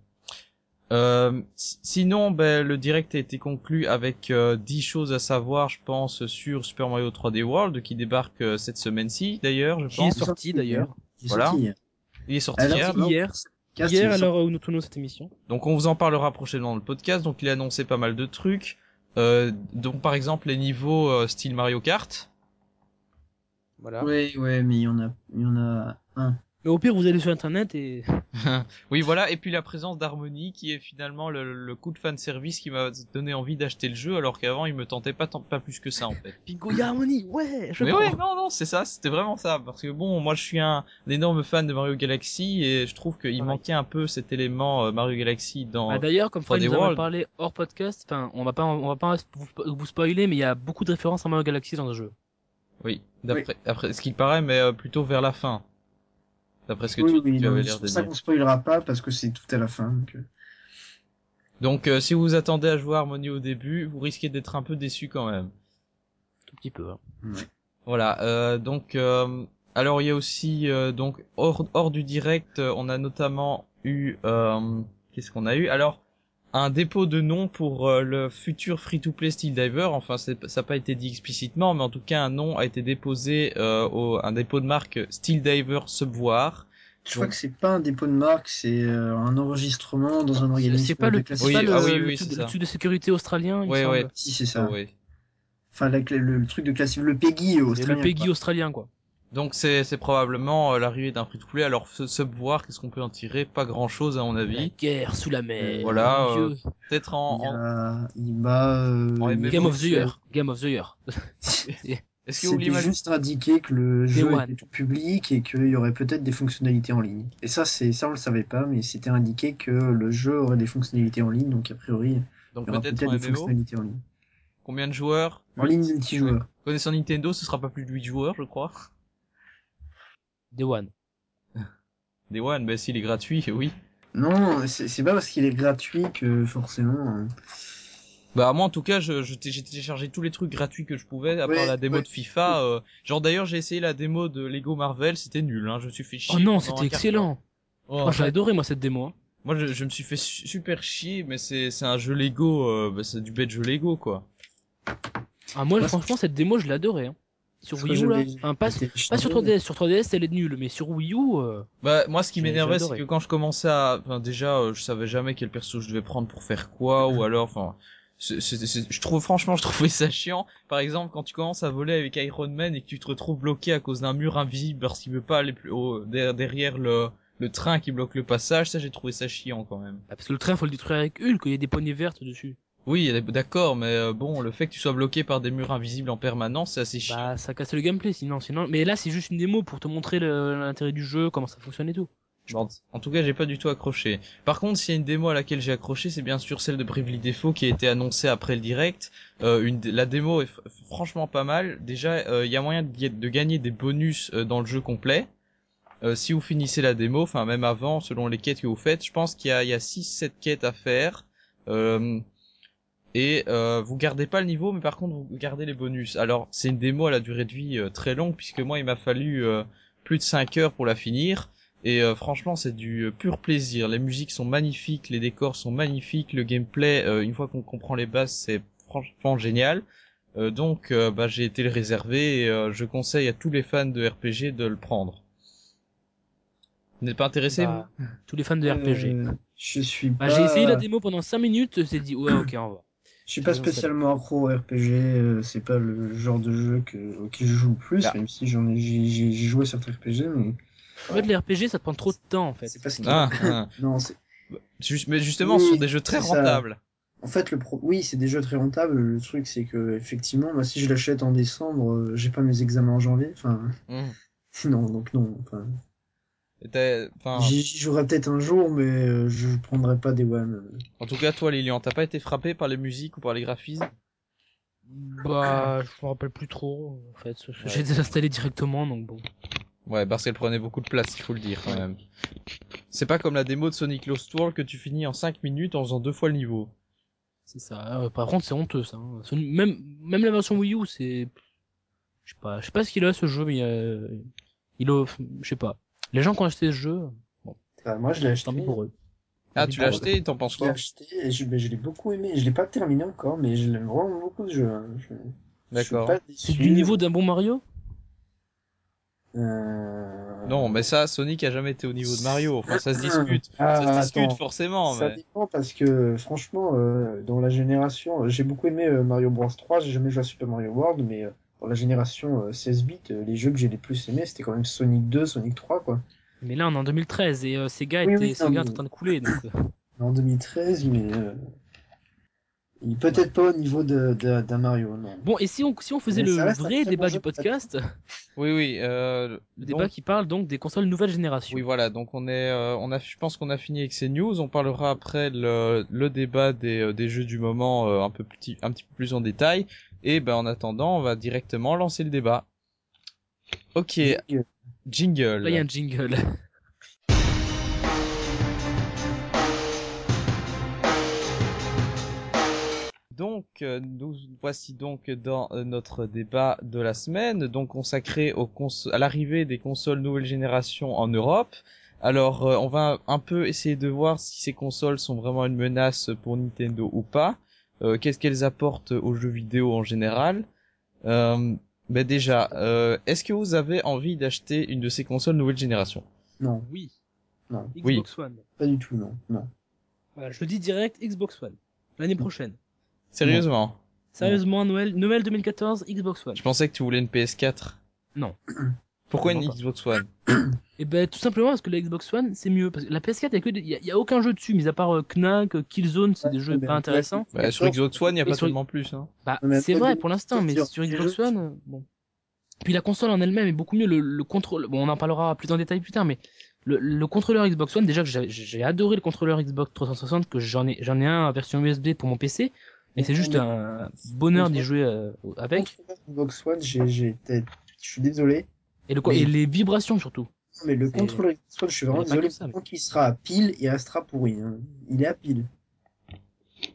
Euh, si- sinon, ben, le direct a été conclu avec euh, 10 choses à savoir, je pense, sur Super Mario 3D World, qui débarque euh, cette semaine-ci, d'ailleurs, je
Qui est
pense.
sorti d'ailleurs.
J'ai
Voilà.
sorti hier.
Il est sorti
Alors,
hier.
il- Non,
Hier,
Cast, il
hier,
est
à l'heure où nous tournons cette émission.
Donc on vous en parlera prochainement dans le podcast. Donc il a annoncé pas mal de trucs. Euh, donc par exemple les niveaux euh, style Mario Kart.
Voilà.
Oui, ouais, mais il y en a, il y en a un.
Mais au pire, vous allez sur internet et
oui voilà. Et puis la présence d'Harmony qui est finalement le, le coup de fan service qui m'a donné envie d'acheter le jeu alors qu'avant il me tentait pas tant- pas plus que ça en fait.
Pico y a Harmony, ouais, je
Mais
prends.
ouais, non, non, c'est ça, c'était vraiment ça. Parce que bon, moi je suis un, un énorme fan de Mario Galaxy et je trouve qu'il
Ouais.
manquait un peu cet élément euh, Mario Galaxy dans...
Bah, d'ailleurs, comme Fred
3D
nous en a
World.
parlé hors podcast, enfin, on va pas, on va pas vous, vous spoiler, mais il y a beaucoup de références à Mario Galaxy dans le jeu.
Oui, d'après après ce qu'il paraît, mais euh, plutôt vers la fin. D'après ce que
oui,
tu,
oui,
tu
non,
avais
c'est
l'air de
pour ça
dire.
qu'on spoilera pas parce que c'est tout à la fin. donc, euh,
Donc euh, si vous vous attendez à jouer à Harmony au début, vous risquez d'être un peu déçu quand même.
Tout petit peu, hein.
Voilà, euh, donc euh, alors il y a aussi euh, donc hors hors du direct, euh, on a notamment eu euh, qu'est-ce qu'on a eu Alors un dépôt de nom pour euh, le futur free-to-play Steel Diver. Enfin, c'est- ça n'a pas été dit explicitement, mais en tout cas un nom a été déposé euh, au un dépôt de marque Steel Diver Subvoir.
Je crois que c'est pas un dépôt de marque, c'est euh, un enregistrement dans un organisme.
C'est pas le,
de
c'est
Oui,
pas
ah
le,
classification.
oui,
le
oui,
truc,
c'est
le
ça.
truc de sécurité australien, il
Ouais,
semble.
ouais.
Si, c'est ça.
Oui.
Enfin, la clé- le, le truc de classif, le PEGI
C'est
australien.
Le PEGI
quoi.
australien, quoi.
Donc c'est c'est probablement euh, l'arrivée d'un free-to-play. Alors ce Subvoir, qu'est-ce qu'on peut en tirer Pas grand-chose à mon
La
avis.
guerre sous la mer.
Voilà,
mon
euh,
Dieu.
Peut-être en,
Il, y
en-
a- il bat. euh,
Ouais, mais
il-
Game of the Year. Game of the Year.
Est-ce que vous
C'était
l'imaginez
juste indiqué que le jeu
one.
était tout public et qu'il y aurait peut-être des fonctionnalités en ligne. Et ça, c'est ça on le savait pas, mais c'était indiqué que le jeu aurait des fonctionnalités en ligne, donc a priori,
Donc
il y aura
peut-être
peut-être
en
des
MMO.
fonctionnalités en ligne.
Combien de joueurs
En ligne multijoueur.
Connaissant Nintendo, ce sera pas plus de 8 joueurs, je crois.
Day One.
Des One, ben s'il est gratuit, oui.
Non, c'est c'est pas parce qu'il est gratuit que forcément. euh,
Bah moi en tout cas, je, je t'ai- j'ai téléchargé tous les trucs gratuits que je pouvais, à
Ouais,
part la démo
ouais.
de FIFA. euh, genre d'ailleurs, j'ai essayé la démo de Lego Marvel, c'était nul, hein. Je me suis fait chier.
Oh non,
pendant
c'était
un quart d'heure.
excellent.
Oh,
Oh, j'ai adoré, moi, cette démo. hein.
Moi, je, je me suis fait su- super chier, mais c'est c'est un jeu Lego, euh, bah, c'est du bête jeu Lego quoi.
Ah, moi,
Moi,
franchement, cette démo, je l'adorais, hein. Sur
Je
Wii U,
crois
là.
que j'avais-
Enfin, pas,
c'était
pas sur
chiant.
3DS. Sur 3DS, elle est nulle, mais sur Wii U, euh,
Bah moi ce qui
J'ai-
m'énervait
j'ai
c'est
adoré.
que quand je commençais à enfin déjà euh, je savais jamais quel perso je devais prendre pour faire quoi
Mm-hmm.
ou alors enfin c'est- c'est- c'est- je trouve franchement je trouvais ça chiant par exemple quand tu commences à voler avec Iron Man et que tu te retrouves bloqué à cause d'un mur invisible parce qu'il veut pas aller plus haut der- derrière le le train qui bloque le passage ça j'ai trouvé ça chiant quand même.
bah, parce que le train, faut le détruire avec Hulk, il y a des poignées vertes dessus.
Oui, d'accord mais euh, bon le fait que tu sois bloqué par des murs invisibles en permanence c'est assez chiant.
Bah, ça casse le gameplay, sinon, sinon. Mais là, c'est juste une démo pour te montrer le- l'intérêt du jeu, comment ça fonctionne et tout.
Bon, en tout cas, j'ai pas du tout accroché. Par contre, s'il y a une démo à laquelle j'ai accroché, c'est bien sûr celle de Bravely Default qui a été annoncée après le direct. Euh, une, dé- la démo est fr- franchement pas mal. Déjà, euh, il y a moyen de, ga- de gagner des bonus euh, dans le jeu complet. Euh, si vous finissez la démo, enfin même avant, selon les quêtes que vous faites, je pense qu'il y a, il y a 6-7 quêtes à faire. Euh, et euh, vous gardez pas le niveau, mais par contre vous gardez les bonus. Alors c'est une démo à la durée de vie euh, très longue puisque moi il m'a fallu euh, plus de 5 heures pour la finir et euh, franchement c'est du pur plaisir. Les musiques sont magnifiques, les décors sont magnifiques, le gameplay euh, une fois qu'on comprend les bases c'est franchement génial. donc bah, j'ai été le réservé et euh, je conseille à tous les fans de RPG de le prendre. Vous n'êtes pas intéressé
Bah,
vous
Tous les fans de RPG.
Euh, je suis
Bah,
pas.
J'ai essayé la démo pendant 5 minutes, j'ai dit ouais ok au revoir.
Je suis pas spécialement accro au RPG, euh, c'est pas le genre de jeu que, auquel je joue le plus,
Bah.
même si j'en ai, j'ai, j'ai- j'ai joué à certains RPG, mais
En fait les RPG ça te prend trop de temps en fait.
c'est pas ce qui.
Ah, ah.
Non, c'est...
Ju- Mais justement,
Oui,
ce sont des jeux très
c'est ça.
rentables.
En fait, le pro... oui, c'est des jeux très rentables. Le truc, c'est que effectivement, moi, si je l'achète en décembre, euh, j'ai pas mes examens en janvier. Enfin,
Hum.
non, donc non. Enfin,
Et t'as- enfin,
j'y j'y jouerai peut-être un jour, mais euh, je prendrai pas des WAM. euh.
en tout cas, toi, Lilian, t'as pas été frappé par les musiques ou par les graphismes
Bah je me rappelle plus trop en fait. J'ai désinstallé directement donc bon.
Ouais, parce qu'elle prenait beaucoup de place, il faut le dire quand même. C'est pas comme la démo de Sonic Lost World que tu finis en 5 minutes en faisant deux fois le niveau.
C'est ça. Euh, par contre, c'est honteux, ça. hein. C'est une- Même, même la version Wii U, c'est, je sais pas, je sais pas ce qu'il a ce jeu, mais euh, il a, je sais pas. Les gens qui ont acheté ce jeu,
Enfin, moi, je l'ai acheté.
tant pis pour eux.
Ah,
Oui,
tu l'as
bah,
acheté, t'en penses
Je l'ai
quoi
acheté et je, ben, je l'ai beaucoup aimé. Je l'ai pas terminé encore, mais je l'aime vraiment beaucoup ce jeu. hein. Je- je suis
D'accord.
pas
C'est
déçu.
du niveau d'un bon Mario.
Euh,
Non, mais ça, Sonic a jamais été au niveau de Mario. Enfin, ça se discute.
Ah,
ça se discute
attends.
forcément,
ça
mais.
dépend parce que franchement, euh, dans la génération, j'ai beaucoup aimé euh, Mario Bros 3, j'ai jamais joué à Super Mario World, mais euh, dans la génération euh, 16 bits, euh, les jeux que j'ai les plus aimés, c'était quand même Sonic 2, Sonic 3, quoi.
Mais là, on est en 2013 et euh, Sega
Oui,
était,
oui, non,
Sega est
mais-
en train de couler. Donc, euh,
En 2013, mais euh, il est peut-être pas au niveau de- de- d'un Mario, non.
bon, et si on, si on faisait
Mais
le
ça reste un
vrai
très
débat
bon
du
jeu,
podcast,
Oui, oui. Euh...
le
donc-
débat qui parle donc des consoles nouvelle génération.
Oui, voilà. Donc on est, euh, on a, je pense qu'on a fini avec ces news. On parlera après le, le débat des, euh, des jeux du moment euh, un peu petit, un petit peu plus en détail. Et ben en attendant, on va directement lancer le débat. Ok,
Dingue.
jingle.
Là, il y a un jingle.
Donc, euh, nous voici donc dans euh, notre débat de la semaine, donc consacré aux cons- à l'arrivée des consoles nouvelle génération en Europe. Alors, euh, on va un peu essayer de voir si ces consoles sont vraiment une menace pour Nintendo ou pas. Euh, Qu'est-ce qu'elles apportent aux jeux vidéo en général euh, ben déjà, euh, est-ce que vous avez envie d'acheter une de ces consoles nouvelle génération
Non,
Oui.
Non.
Xbox One.
pas du tout, non. non.
Voilà, je le dis direct, Xbox One. L'année prochaine.
Sérieusement
Sérieusement, Noël, Noël 2014, Xbox One.
Je pensais que tu voulais une PS4.
Non.
Pourquoi une
Vraiment
Xbox One
Et ben tout simplement parce que la Xbox One c'est mieux parce que la PS4 il y a que des- il y, a- il y a aucun jeu dessus mis à part euh, Knack, euh, Killzone, c'est des jeux
Mais
pas
la-
intéressants.
Bah, Sur Xbox One, il n'y a
Et
pas
sur-
tellement plus. Hein.
Bah
mais
c'est
après,
vrai
des-
pour l'instant mais
sortir
sur
des
Xbox
jeux.
One euh, bon. Puis la console en elle-même est beaucoup mieux le, le contrôle bon on en parlera plus en détail plus tard mais le, le contrôleur Xbox One déjà que j'ai- j'ai adoré le contrôleur Xbox 360 que j'en ai j'en ai un en version USB pour mon PC mais c'est juste un bonheur d'y jouer euh, avec
Contre la Xbox One, j'ai, j'ai été- je suis désolé,
et le co- et les vibrations surtout.
mais le
C'est-
contrôleur Xbox One, je suis vraiment
Mais pas
désolé.
que ça, mais-
Quand il sera à pile, il restera pourri. hein. Il est à pile.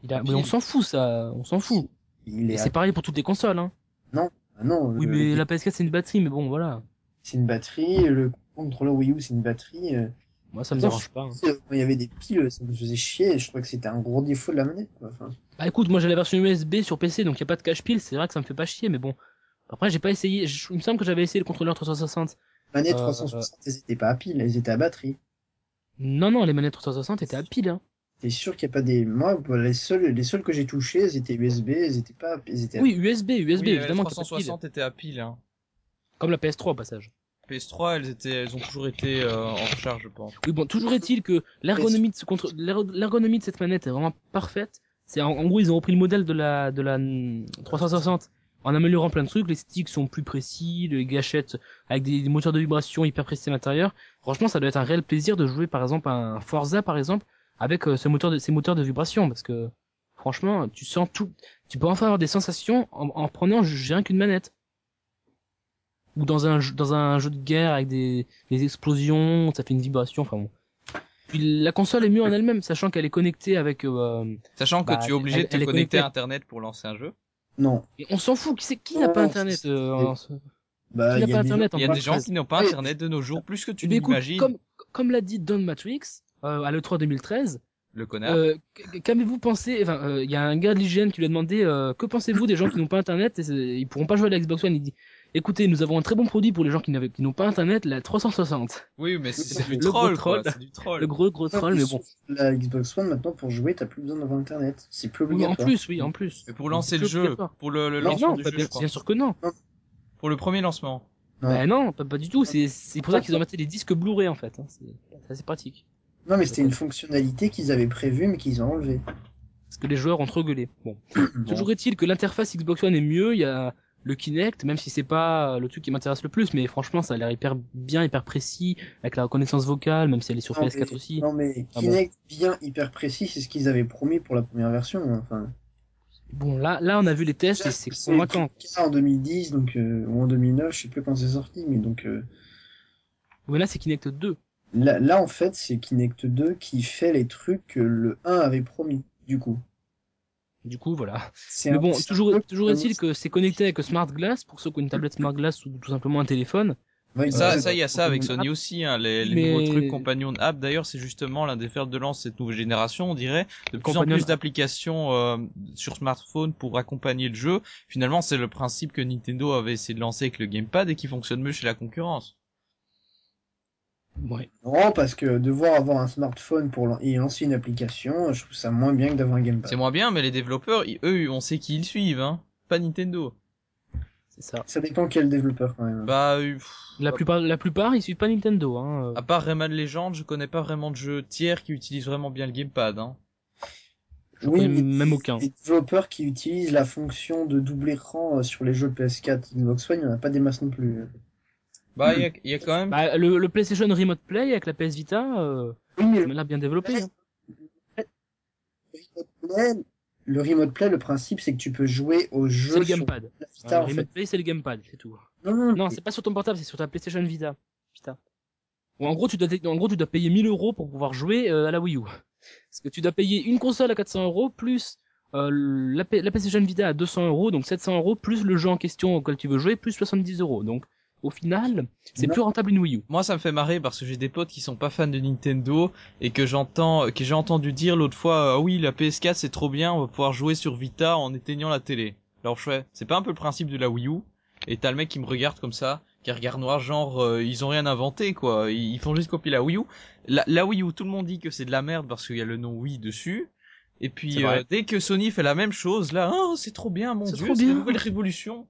Il a- mais on s'en fout ça, on s'en fout.
Il
Et
est à...
c'est pareil pour toutes les consoles hein.
Ah non,
Oui,
le-
mais la PS4 c'est une batterie, mais bon, voilà.
c'est une batterie, le contrôleur Wii U c'est une batterie. euh,
Moi, ça me
Sauf-
dérange pas. hein.
Quand il y avait des piles, ça me faisait chier, et je trouvais que c'était un gros défaut de la manette. quoi. Enfin,
Bah écoute, moi j'ai la version USB sur PC, donc y a pas de cache pile. C'est vrai que ça me fait pas chier, mais bon. Après, j'ai pas essayé. je- Il me semble que j'avais essayé le contrôleur 360.
manette
Euh,
360, elles étaient pas à pile, elles étaient à batterie.
Non, non, les manettes 360 étaient à pile. Hein.
T'es sûr qu'il n'y a pas des. Moi, bah, les seules, les seules que j'ai touchées, elles étaient USB, elles étaient pas. Elles étaient à-
Oui, USB, USB,
oui,
évidemment.
la
qu'il y a pas de pile.
360 était à pile. Hein.
Comme la PS3 au passage.
PS3, elles étaient, elles ont toujours été euh, en charge, je pense.
Oui, bon, toujours est-il que l'ergonomie de, ce contre... l'ergo- l'ergonomie de cette manette est vraiment parfaite. C'est en, en gros, ils ont repris le modèle de la, de la mm, 360 en améliorant plein de trucs. Les sticks sont plus précis, les gâchettes avec des, des moteurs de vibration hyper précis à l'intérieur. Franchement, ça doit être un réel plaisir de jouer par exemple un Forza par exemple avec euh, ce moteur de, ces moteurs de vibration parce que franchement, tu sens tout, tu peux enfin avoir des sensations en, en prenant ju- rien qu'une manette. Ou dans un, jeu- dans un jeu de guerre avec des, des explosions, ça fait une vibration, enfin bon. Puis la console est mieux en elle-même, sachant qu'elle est connectée avec. euh,
Sachant que
Bah,
tu es obligé
elle-
de te
elle est
connecter à
connectée.
Internet pour lancer un jeu.
Non.
et on s'en fout, qui c'est qui n'a pas
Oh,
internet
c'est-
euh, en- Qui
Bah,
n'a
il y
pas
a des gens-
internet en
Il y a des gens
2013.
qui n'ont pas
Ouais.
Internet de nos jours, plus que tu
Mais écoute,
l'imagines,
comme comme l'a dit Don Matrix euh, à le 3 2013,
le connard.
euh, qu- qu'avez-vous pensé Enfin, euh, il y a un gars de l'hygiène qui lui a demandé euh, que pensez-vous des gens qui n'ont pas internet et c'est- ils pourront pas jouer à la Xbox One. Il dit écoutez, nous avons un très bon produit pour les gens qui n'avaient- qui n'ont pas internet, la 360.
Oui, mais c'est c'est du
le
gros
troll, quoi.
troll.
C'est du troll.
Le gros gros troll, mais bon.
La Xbox One, maintenant, pour jouer, t'as plus besoin d'avoir internet. C'est plus
Oui, en
obligatoire.
plus, oui, en plus.
Et pour lancer
C'est
le jeu,
obligatoire.
pour le, le
Non,
lancement
Non,
du
pas
jeu,
bien,
je crois.
bien sûr que non.
Pour le premier lancement.
Non.
Bah non, pas, pas du tout. C'est c'est pour ça qu'ils ont maté les disques Blu-ray en fait. hein. C'est c'est assez pratique.
Non, mais c'était une fonctionnalité qu'ils avaient prévue, mais qu'ils ont enlevée.
Parce que les joueurs ont trop gueulé. Bon.
Bon.
Toujours est-il que l'interface Xbox One est mieux. Il y a le Kinect, même si c'est pas le truc qui m'intéresse le plus, mais franchement, ça a l'air hyper bien, hyper précis, avec la reconnaissance vocale, même si elle est sur
Non,
PS4
Ah, mais-
aussi.
Non, mais
Ah bon.
Kinect, bien hyper précis, c'est ce qu'ils avaient promis pour la première version. hein, Enfin,
Bon, là, là, on a vu les tests et c'est convaincant.
Ça, hein, En 2010, donc, euh, ou en 2009, je sais plus quand c'est sorti, mais donc, euh,
Oui, là, c'est Kinect 2.
là, là, en fait, c'est Kinect 2 qui fait les trucs que le 1 avait promis, du coup.
Du coup, voilà.
C'est
Mais
un-
bon,
c'est un
toujours,
peu
toujours
comme-
est-il que c'est connecté avec Smart Glass pour ceux qui ont une tablette Smart Glass ou tout simplement un téléphone.
Ouais,
Euh,
Ça,
ouais.
bah,
ça, il y a ça avec Sony aussi, hein, les, les
Mais-
nouveaux trucs compagnon app. D'ailleurs, c'est justement l'un des fers de lance de cette nouvelle génération, on dirait. De plus en
Companion
plus
app.
d'applications euh, sur smartphone pour accompagner le jeu. Finalement, c'est le principe que Nintendo avait essayé de lancer avec le Gamepad et qui fonctionne mieux chez la concurrence.
Ouais.
Non, parce que devoir avoir un smartphone pour lan- et lancer une application, je trouve ça moins bien que d'avoir un
C'est
gamepad.
moins bien, mais les développeurs, ils- eux, on sait qui ils suivent, hein. Pas Nintendo.
C'est ça.
Ça dépend quel développeur quand même.
Bah, euh, pff,
La plupart, la plupart, ils suivent pas Nintendo. Hein. euh.
à part Rayman Legends, je connais pas vraiment de jeu tiers qui utilise vraiment bien le Gamepad, hein.
connais même aucun.
Les développeurs qui utilisent la fonction de double écran euh, sur les jeux PS4, Xbox One, il n'y en a pas des masses non plus.
Bah, il y a, il y a quand même
Bah, le, le PlayStation Remote Play avec la PS Vita, euh,
Oui, mais
là bien développé. hein.
le Remote Play, le, remote play, le principe c'est que tu peux jouer au
C'est
jeu
le
sur la
gamepad.
Vita,
le
en
Remote
fait.
Play, c'est le gamepad, c'est tout.
Non, non,
Non, c'est pas sur ton portable, c'est sur ta PlayStation Vita. Vita. Ou en gros, tu dois, en gros, tu dois payer 1000 euros pour pouvoir jouer euh, à la Wii U. Parce que tu dois payer une console à 400 euros plus euh, la, P- la PlayStation Vita à 200 euros, donc 700 euros plus le jeu en question auquel tu veux jouer plus 70 euros. Donc, au final, c'est
Non.
plus rentable une Wii U.
Moi, ça me fait marrer parce que j'ai des potes qui sont pas fans de Nintendo et que j'entends, euh, que j'ai entendu dire l'autre fois, ah oui, la PS4 c'est trop bien, on va pouvoir jouer sur Vita en éteignant la télé. Alors je fais, c'est pas un peu le principe de la Wii U Et t'as le mec qui me regarde comme ça, qui regarde noir, genre euh, ils ont rien inventé quoi, ils, ils font juste copier la Wii U. La, la Wii U, tout le monde dit que c'est de la merde parce qu'il y a le nom Wii dessus. Et
C'est
puis
vrai.
euh, dès que Sony fait la même chose, là, oh c'est trop bien, mon
C'est
dieu,
trop
c'est la
bien.
nouvelle révolution.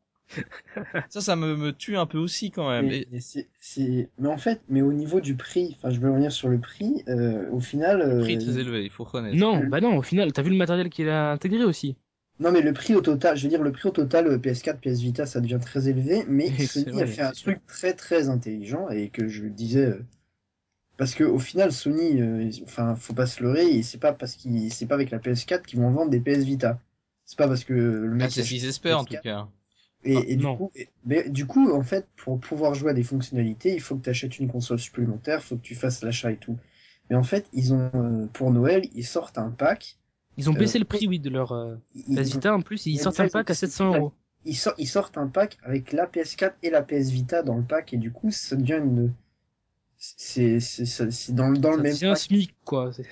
ça, ça me, me tue un peu aussi quand même.
Mais,
Et-
mais c'est- c'est- mais en fait, mais au niveau du prix, enfin je vais revenir sur le prix, euh, au final... euh,
Prix très élevé, il faut reconnaître.
Mmh.
Non, bah non, au final, t'as vu le matériel qu'il a intégré aussi.
Non, mais le prix au total, je veux dire, le prix au total euh, PS4, PS Vita, ça devient très élevé, mais
C'est
Sony
vrai,
a fait un
c'est sûr.
truc très très intelligent et que je disais. euh, Parce que au final, Sony, euh, ils- enfin, faut pas se leurrer, et c'est pas parce qu'ils, c'est pas avec la PS4 qu'ils vont vendre des PS Vita. C'est pas parce que euh, le
Ah,
mec.
c'est ce
achète
qu'ils espèrent en tout
PS4.
cas.
Et,
Ah,
et du
non.
coup, et- mais du coup, en fait, pour pouvoir jouer à des fonctionnalités, il faut que tu achètes une console supplémentaire, faut que tu fasses l'achat et tout. Mais en fait, ils ont, euh, pour Noël, ils sortent un pack.
Ils ont
Euh,
baissé le prix, oui, de leur euh,
Ils-
PS
ils ont-
Vita en plus, et ils
Mais
sortent
ça,
un
ils ont
pack à
baissé le
700
prix.
euros.
ils, sor- ils sortent un pack avec la PS4 et la PS Vita dans le pack et du coup ça devient une c'est c'est- c'est- c'est dans, le- dans le
Ça
même
devient un
pack
SMIC, quoi. C'est-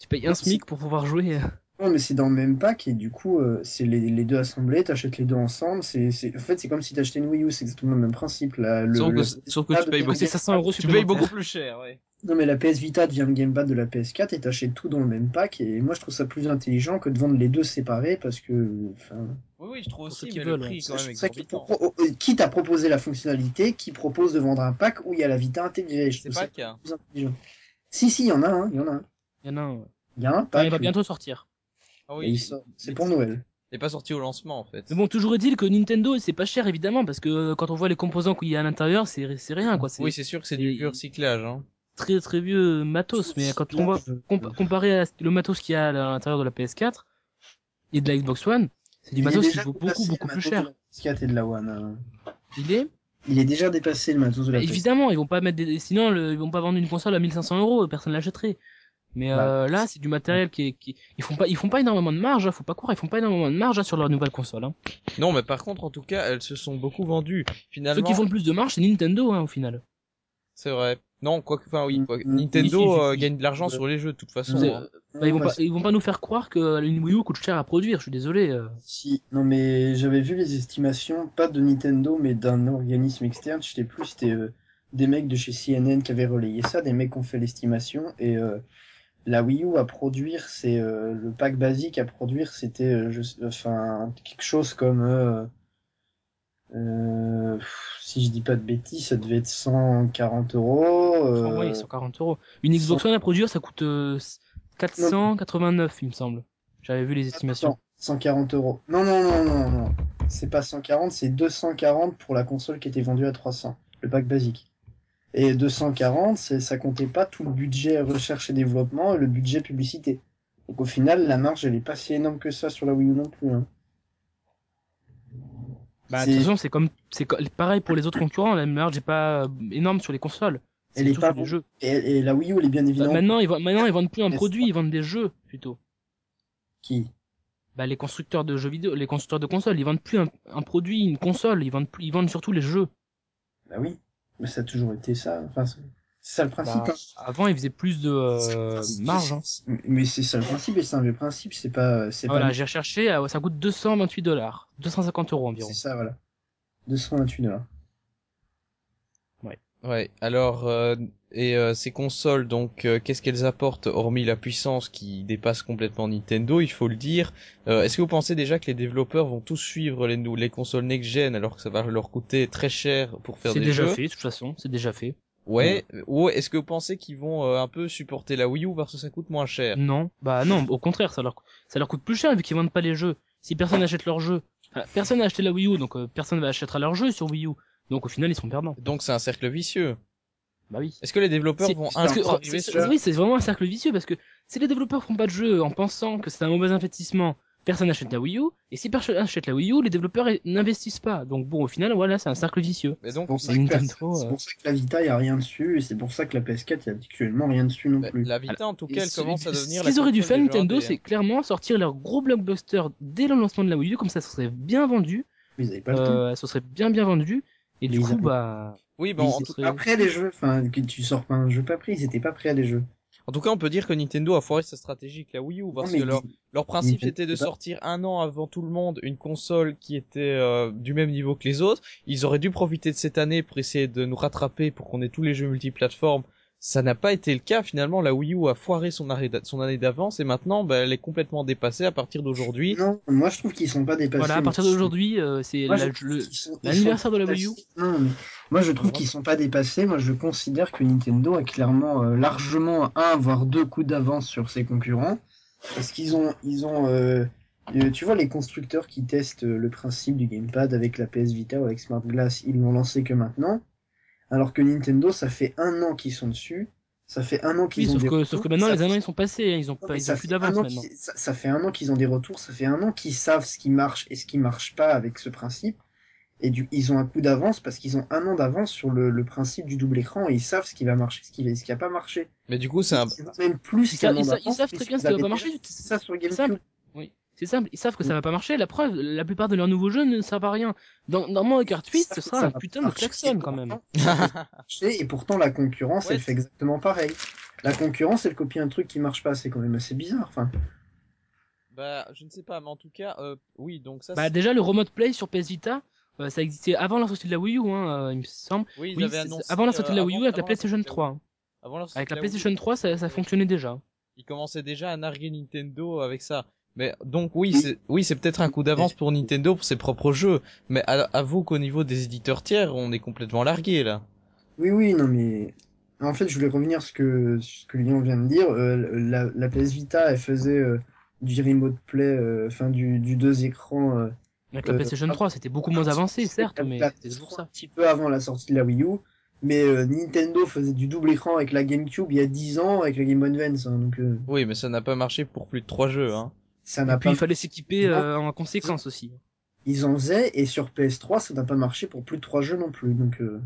Tu payes un
C'est-
SMIC pour pouvoir jouer. euh,
non, mais c'est dans le même pack et du coup euh, c'est les, les deux assemblés t'achètes les deux ensemble c'est c'est- en fait c'est comme si t'achetais une Wii U c'est exactement le même principe la, le,
Sauf que,
le-
sauf que tu payes
Ah,
beaucoup,
C'est 500 euros
tu payes
supplémentaires.
beaucoup plus cher. Ouais.
non mais la PS Vita devient le gamepad de la PS4 et t'achètes tout dans le même pack et moi je trouve ça plus intelligent que de vendre les deux séparés parce que enfin
Oui, oui, je trouve
Pour ceux
aussi,
qui
mais
veulent,
le prix est
Je
quand même
trouve hein. ça qui,
exorbitant.
pro- euh, qui t'a proposé la fonctionnalité, qui propose de vendre un pack où il y a la Vita intégrée. Je
C'est pas
trouve ça
le cas.
plus intelligent. Si, si, il y en a un, il y en a un.
Il y en a un. ouais.
Il y a un
Enfin,
pack.
il va
oui.
bientôt sortir.
Ah
Et il
oui,
sort. C'est pour Noël.
t'es pas sorti au lancement en fait.
Mais bon, toujours est-il que Nintendo, c'est pas cher évidemment, parce que euh, quand on voit les composants qu'il y a à l'intérieur, c'est c'est rien hein, quoi. C'est
Oui, c'est sûr que c'est
Et-
du pur cyclage. Hein.
très très vieux matos, mais quand on voit compa- comparé à le matos qu'il y a à l'intérieur de la PS4 et de la Xbox One, c'est du
Il est
matos qui
déjà
vaut beaucoup
placé,
beaucoup
le matos de
plus cher.
la PS4 et de la One. hein.
Il est
Il est déjà dépassé le matos de la PlayStation.
Bah, Évidemment, ils vont pas mettre des... sinon le- ils vont pas vendre une console à 1500 euros, personne l'achèterait. Mais
Bah,
euh, là, c'est du matériel qui est, qui ils font pas ils font pas énormément de marge, hein, faut pas croire, ils font pas énormément de marge hein, sur leur nouvelle console. Hein.
Non, mais par contre, en tout cas, elles se sont beaucoup vendues.
Ceux
Finalement,
qui font le plus de marge, c'est Nintendo hein, au final.
c'est vrai. Non, quoi que, enfin oui, quoi que-
Mm, mm,
Nintendo
oui, oui,
euh,
oui.
gagne de l'argent sur les jeux de toute façon.
C'est-
hein.
Bah, ils vont
Ouais,
pas ils vont pas nous faire croire que euh, une Wii U coûte cher à produire, je suis désolé. euh.
Si, non mais j'avais vu les estimations, pas de Nintendo, mais d'un organisme externe, je sais plus, c'était euh, des mecs de chez CNN qui avaient relayé ça, des mecs qui ont fait l'estimation, et euh, la Wii U à produire, c'est euh, le pack basique à produire, c'était euh, je sais- enfin quelque chose comme, euh, euh, pff, si je dis pas de bêtises, ça devait être 140 euros.
Enfin,
euh,
ouais, 140 euros. Une Xbox One à produire, ça coûte euh, 489, il me semble. J'avais vu les estimations.
Attends, 140 euros. Non, non, non, non, non. C'est pas 140, c'est 240 pour la console qui était vendue à 300, le pack basique. Et 240, c'est, ça comptait pas tout le budget recherche et développement et le budget publicité. Donc au final, la marge, elle est pas si énorme que ça sur la Wii U non plus. hein.
Bah, de
C'est-
toute façon, c'est comme, c'est co- pareil pour les autres concurrents. La marge n'est pas euh, énorme sur les consoles. C'est
Elle est
surtout
pas
sur les jeux.
et, et la Wii U, elle est bien
Bah,
évidemment
maintenant, ils vendent, maintenant, ils vendent plus un
Mais
produit,
c'est-
ils vendent des jeux, plutôt.
qui
Bah, les constructeurs de jeux vidéo, les constructeurs de consoles, ils vendent plus un, un produit, une console, ils vendent plus, ils vendent surtout les jeux.
Bah oui, mais ça a toujours été ça. Enfin, c'est c'est ça le principe.
Bah,
hein.
avant, ils faisaient plus de euh, marge. hein.
Mais c'est ça le principe et c'est un vieux principe. C'est pas, c'est pas
Voilà, j'ai recherché, ah ouais, ça coûte 228 dollars, 250 euros environ.
C'est ça, voilà. 228 dollars.
Ouais. Alors, euh, et euh, ces consoles, donc, euh, qu'est-ce qu'elles apportent hormis la puissance qui dépasse complètement Nintendo Il faut le dire. Euh, Est-ce que vous pensez déjà que les développeurs vont tous suivre les, nou- les consoles next-gen alors que ça va leur coûter très cher pour faire
C'est
des
déjà
jeux
fait, Mm. de toute façon, c'est déjà fait.
Ouais. Ou est-ce que vous pensez qu'ils vont euh, un peu supporter la Wii U parce que ça coûte moins cher
Non, bah non, au contraire, ça leur, ça leur coûte plus cher vu qu'ils vendent pas les jeux. Si personne n'achète leurs jeux, enfin, personne n'a acheté la Wii U, donc euh, personne va achètera leurs jeux sur Wii U. Donc au final, ils sont perdants.
Donc c'est un cercle vicieux.
Bah oui.
Est-ce que les développeurs
C'est-
vont
parce que-
un jour arriver
c'est-
sur-
oui, c'est vraiment un cercle vicieux parce que si les développeurs font pas de jeu en pensant que c'est un mauvais investissement, personne n'achète la Wii U, et si personne n'achète la Wii U, les développeurs eh, n'investissent pas. Donc bon, au final, voilà, c'est un cercle vicieux.
Mais donc,
pour ça que la-
Nintendo,
C'est
euh,
pour ça que la Vita, il n'y a rien dessus, et c'est pour ça que la PS4, il n'y a actuellement rien dessus non
bah,
plus.
la Vita en tout cas, elle
Ce-
commence à devenir.
Ce
la
qu'ils auraient dû
console
faire,
des jeux
Nintendo,
indés, hein.
c'est clairement sortir leur gros blockbuster dès le lancement de la Wii U, comme ça, ça serait bien vendu.
Ils n'avaient pas Bah, le temps.
euh, ça serait bien bien vendu et du
Ils
coup
avaient-
bah
Oui, bon,
ils
en,
se
tout-
seraient-
Après les jeux, enfin, que tu sors pas un jeu pas pris, ils n'étaient pas prêts à les jeux.
en tout cas, on peut dire que Nintendo a foiré sa stratégie avec la Wii U parce
Non, mais
que leur,
ils-
leur principe
Nintendo,
c'était de
c'est pas-
sortir un an avant tout le monde une console qui était euh, du même niveau que les autres. Ils auraient dû profiter de cette année pour essayer de nous rattraper pour qu'on ait tous les jeux multiplateformes. Ça n'a pas été le cas finalement. La Wii U a foiré son, arrêt d'a- son année d'avance et maintenant, bah, elle est complètement dépassée à partir d'aujourd'hui.
Non, moi je trouve qu'ils sont pas dépassés.
voilà à partir d'aujourd'hui euh, c'est
Moi,
la-
je trouve
le-
qu'ils sont- ils
l'anniversaire de la
sont
Wii U
dépassés. Non, mais moi je trouve
Pardon
qu'ils sont pas dépassés. Moi je considère que Nintendo a clairement euh, largement un voire deux coups d'avance sur ses concurrents parce qu'ils ont ils ont euh, euh, tu vois les constructeurs qui testent euh, le principe du gamepad avec la PS Vita ou avec Smart Glass, ils l'ont lancé que maintenant. Alors que Nintendo, ça fait un an qu'ils sont dessus. Ça fait un an
oui,
qu'ils ont
sauf
des
que sauf
retours,
que maintenant
ça
les années
fait-
ils sont passés hein, ils ont
non,
pas
mais
ils ont
fait
plus
un
d'avance
an
maintenant
qu'ils- Ça, ça fait un an qu'ils ont des retours, ça fait un an qu'ils savent ce qui marche et ce qui marche pas avec ce principe. Et du, ils ont un coup d'avance parce qu'ils ont un an d'avance sur le, le principe du double écran et ils savent ce qui va marcher, ce qui va, ce qui a pas marché.
Mais du coup, c'est un,
Ils ont Même plus
Ils
qu'un
savent-
an
ils sa-
d'avance,
ils savent très bien
puisqu'ils
ce qui va
avaient
pas
déjà
marcher,
fait Ça sur
simple.
GameCube.
c'est simple ils savent que ça va pas marcher la preuve la plupart de leurs nouveaux jeux ne servent à rien dans dans Mario Kart 8 ce sera un putain de klaxon quand même
Et pourtant, la concurrence,
Ouais,
elle
c'est-
fait exactement pareil. La concurrence, elle copie un truc qui marche pas, c'est quand même assez bizarre. Enfin,
Bah, je ne sais pas, mais en tout cas, euh, oui, donc ça.
bah
c'est-
déjà le remote play sur PS Vita euh, ça existait avant la sortie de la Wii U hein, euh, il me semble
oui, ils
oui
avaient
c'est-
annoncé,
avant la sortie de
euh,
la Wii U
avant-
avec la
avant sortie de
PlayStation
Wii U.
3 hein.
Avant la sortie
avec
de
la
Wii U,
PlayStation 3 ça ça fonctionnait déjà
Ils commençaient déjà à narguer Nintendo avec ça. Mais donc oui, c'est oui, c'est peut-être un coup d'avance pour Nintendo pour ses propres jeux, mais a- avoue qu'au niveau des éditeurs tiers, on est complètement largué là.
Oui, oui, non, mais en fait, je voulais revenir sur ce que, sur ce que Lyon vient de dire. Euh, la, la PS Vita, elle faisait euh, du remote play, euh, enfin, du, du deux écrans. euh,
Avec la
Euh,
PlayStation
ah,
3, c'était beaucoup moins avancé, certes, mais
la-
c'était toujours
un
ça.
petit peu avant la sortie de la Wii U. Mais euh, Nintendo faisait du double écran avec la GameCube il y a 10 ans, avec la Game Boy Advance. hein, donc, euh,
Oui, mais ça n'a pas marché pour plus de trois jeux. Hein.
ça
Et
n'a
puis
pas.
il fallait s'équiper euh, en conséquence aussi.
ils en faisaient, et sur PS3, ça n'a pas marché pour plus de 3 jeux non plus. Donc, euh,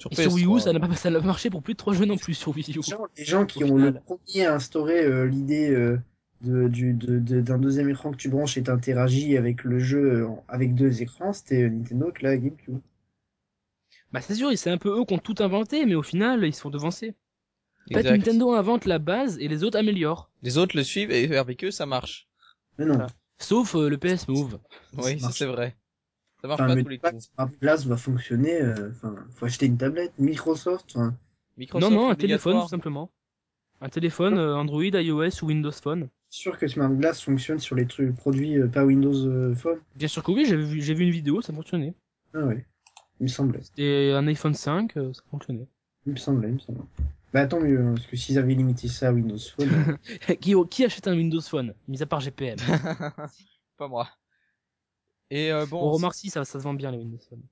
Sur
Et sur Wii U,
PS3,
ça n'a pas, ça n'a pas marché pour plus de trois jeux non plus sur Wii U.
les, gens, les gens qui
Au
ont le
final.
premier à instaurer euh, l'idée euh, de- du- de- de- d'un deuxième écran que tu branches et t'interagis avec le jeu euh, en- avec deux écrans, c'était euh, Nintendo que la GameCube.
Bah c'est sûr, c'est un peu eux qui ont tout inventé, mais au final, ils se font devancer. En fait,
Exact.
Nintendo invente la base et les autres améliorent.
Les autres le suivent et avec eux, ça marche.
Mais non,
Ah. Sauf euh, le PS Move.
Oui, ça
marche.
c'est vrai. Ça marche
enfin,
pas
mais
tous les
pas
coups.
un place va fonctionner. euh, Enfin, faut acheter une tablette, Microsoft. enfin,
Microsoft,
non, non, un
obligatoire.
téléphone, tout simplement. Un téléphone euh, Android, iOS ou Windows Phone.
sûr que Smart Glass fonctionne sur les trucs produits euh, pas Windows euh, Phone.
Bien sûr que oui, j'ai vu, j'ai vu une vidéo, ça fonctionnait.
Ah ouais, il me semblait,
C'était un iPhone 5, euh, ça fonctionnait.
il me semblait, il me semblait. Bah tant mieux, hein, parce que s'ils avaient limité ça à Windows Phone, euh,
qui, qui achète un Windows Phone Mis à part GPM.
pas moi. Et euh, bon,
On remarque si ça, ça se vend bien les Windows Phone.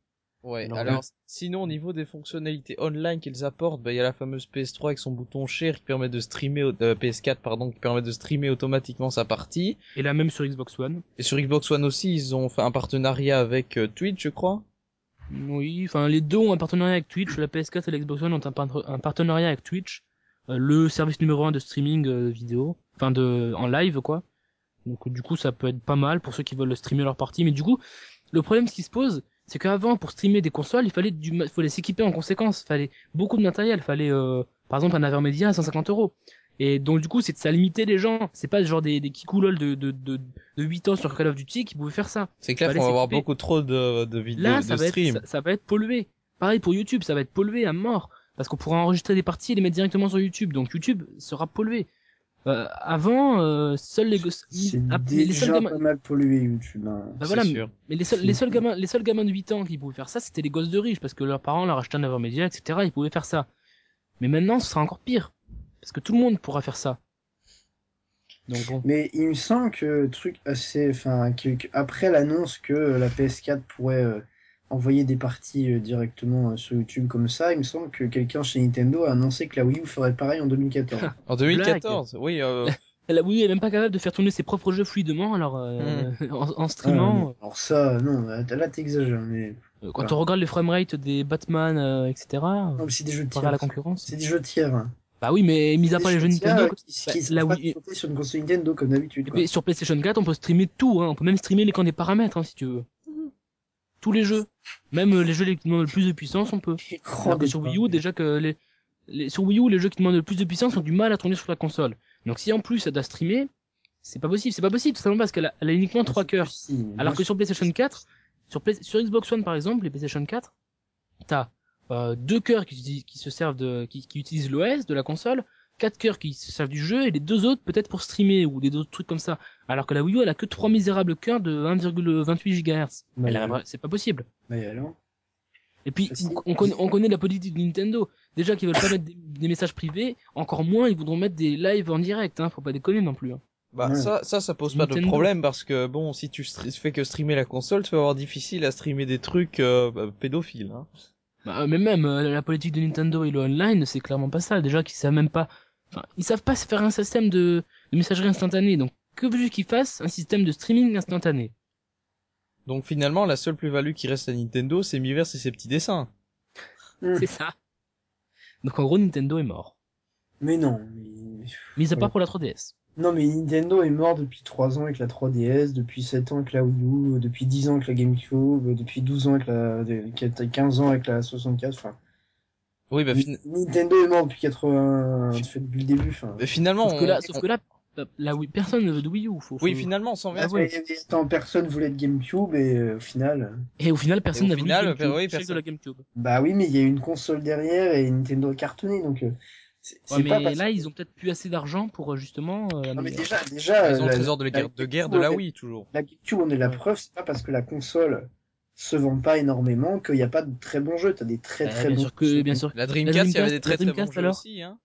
Ouais,
Alors,
alors sinon au niveau des fonctionnalités online qu'ils apportent, bah, il y a la fameuse PS3 avec son bouton share qui permet de streamer au- euh, PS4 pardon, qui permet de streamer automatiquement sa partie.
Et là même sur Xbox One.
Et sur Xbox One aussi, ils ont fait un partenariat avec euh, Twitch, je crois.
Oui, enfin les deux ont un partenariat avec Twitch, la PS4 et la Xbox One ont un, par- un partenariat avec Twitch, euh, le service numéro un de streaming euh, vidéo, enfin de en live quoi. Donc du coup ça peut être pas mal pour ceux qui veulent streamer leur partie, mais du coup le problème qui se pose, c'est qu'avant pour streamer des consoles, il fallait du ma- fallait s'équiper en conséquence, fallait beaucoup de matériel, fallait euh, par exemple un Aver Media à 150 euros. Et donc du coup c'est ça limitait les gens, c'est pas genre des des kikoulols de de de de 8 ans sur Call of Duty qui pouvaient faire ça.
C'est clair
Fallait
qu'on va avoir
s'équiper.
beaucoup trop de, de vidéos
Là,
de
ça va, être,
stream.
ça, ça va être pollué. Pareil pour YouTube, ça va être pollué à mort. Parce qu'on pourra enregistrer des parties et les mettre directement sur YouTube. Donc YouTube sera pollué. Euh, avant, euh, seuls les, gosses-
c'est
ah, mais les seuls
déjà
gamins,
pas mal pollué YouTube. hein.
bah voilà,
c'est sûr.
mais les seuls, les seuls gamins, les seuls gamins de 8 ans qui pouvaient faire ça, c'était les gosses de riches parce que leurs parents leur achetaient un avant média, etc. Ils pouvaient faire ça. Mais maintenant, ce sera encore pire parce que tout le monde pourra faire ça. Donc bon.
Mais il me semble que truc assez, enfin, que, que- après l'annonce que euh, la PS4 pourrait euh, envoyer des parties euh, directement euh, sur YouTube comme ça, il me semble que quelqu'un chez Nintendo a annoncé que la Wii U ferait pareil en 2014.
En 2014, oui. euh,
La Wii U est même pas capable de faire tourner ses propres jeux fluidement, alors euh,
Hmm.
en, en streamant.
Ah, alors ça, non, là là, t'exagères, mais
Euh, Quand
Voilà.
on regarde les framerates des Batman, euh, etc.,
non, mais c'est des jeux
comparé à
tiers.
la concurrence.
C'est des jeux tiers. hein.
Bah oui, mais mis à
Des
part les jeux
tiers,
Nintendo,
euh, qui,
bah,
qui sont
la
pas
Wii-
sautés sur une console Nintendo comme
et
d'habitude. quoi.
puis sur PlayStation 4, on peut streamer tout, hein. on peut même streamer les camps des paramètres hein, si tu veux. Tous les jeux, même euh, les jeux qui demandent le plus de puissance, on peut.
Écran
Alors que
de
sur
pain.
oh, Wii U, déjà que les, les- sur Wii U, les jeux qui demandent le plus de puissance ont du mal à tourner sur la console. Donc si en plus ça doit streamer, c'est pas possible, c'est pas possible, tout simplement parce qu'elle a, elle a uniquement
Bah,
3 cœurs.
Si,
Alors que
moi,
sur PlayStation 4, sur, Play- sur Xbox One par exemple, les PlayStation 4, t'as euh, deux cœurs qui, uti- qui se servent de, qui, qui utilisent l'OS de la console, quatre cœurs qui se servent du jeu et les deux autres peut-être pour streamer ou des autres trucs comme ça. Alors que la Wii U elle a que trois misérables cœurs de 1,28 GHz.
Bah,
Elle
euh,
arrivera- C'est pas possible.
mais Bah, alors
Et puis
Ceci-
on, on connaît, on connaît la politique de Nintendo. Déjà qu'ils veulent pas mettre des, des messages privés, encore moins ils voudront mettre des lives en direct. Hein, faut pas déconner non plus. hein.
bah,
Ouais.
ça, ça, ça pose pas de
Nintendo.
problème parce que bon, si tu stre- fais que streamer la console, tu vas avoir difficile à streamer des trucs euh, bah, pédophiles. Hein.
Bah, euh, mais même euh, la politique de Nintendo et le online, c'est clairement pas ça. Déjà qu'ils savent même pas, enfin, ils savent pas se faire un système de, de messagerie instantanée. Donc, que veux-tu qu'ils fassent un système de streaming instantané
Donc finalement, la seule plus-value qui reste à Nintendo, c'est Miiverse et ses petits dessins.
Hmm.
C'est ça. Donc, en gros, Nintendo est mort.
Mais non. mais-
Mis à part
Ouais.
pour la 3DS.
Non, mais Nintendo est mort depuis 3 ans avec la 3DS, depuis 7 ans avec la Wii U, depuis 10 ans avec la GameCube, depuis 12 ans avec la. de- 15 ans avec la 64. Enfin,
Oui, bah, fin-
Ni- Nintendo est mort depuis 80. fait depuis le début. Enfin,
bah, finalement,
Sauf que
on-
là, sauf
on-
que là, euh, la Wii- personne ne veut de Wii U. Faut,
oui,
faut-
finalement, on s'en
Là,
vient.
ouais.
il y avait- tant personne voulait de GameCube et euh, au final.
Et au final, personne
au
n'a voulu de
final,
GameCube,
euh, oui,
chef de
personne.
la GameCube.
Bah oui, mais il y a eu une console derrière et Nintendo a cartonné donc. euh, C'est
Ouais,
c'est
mais
pas parce
là,
que-
ils ont peut-être plus assez d'argent pour euh, justement. euh,
Non, mais
améliorer.
déjà, déjà.
Ils ont le
la-
trésor de
la-
guerre, de guerre de la Wii, toujours.
la GameCube on est la
Ouais.
preuve, c'est pas parce que la console se vend pas énormément qu'il n'y a pas de très bons jeux. T'as des très
Euh,
très
bien
bons
sûr que,
jeux.
bien sûr. que-
La Dreamcast, il y avait des
la
très très bons
Dreamcast,
jeux
alors
aussi, hein.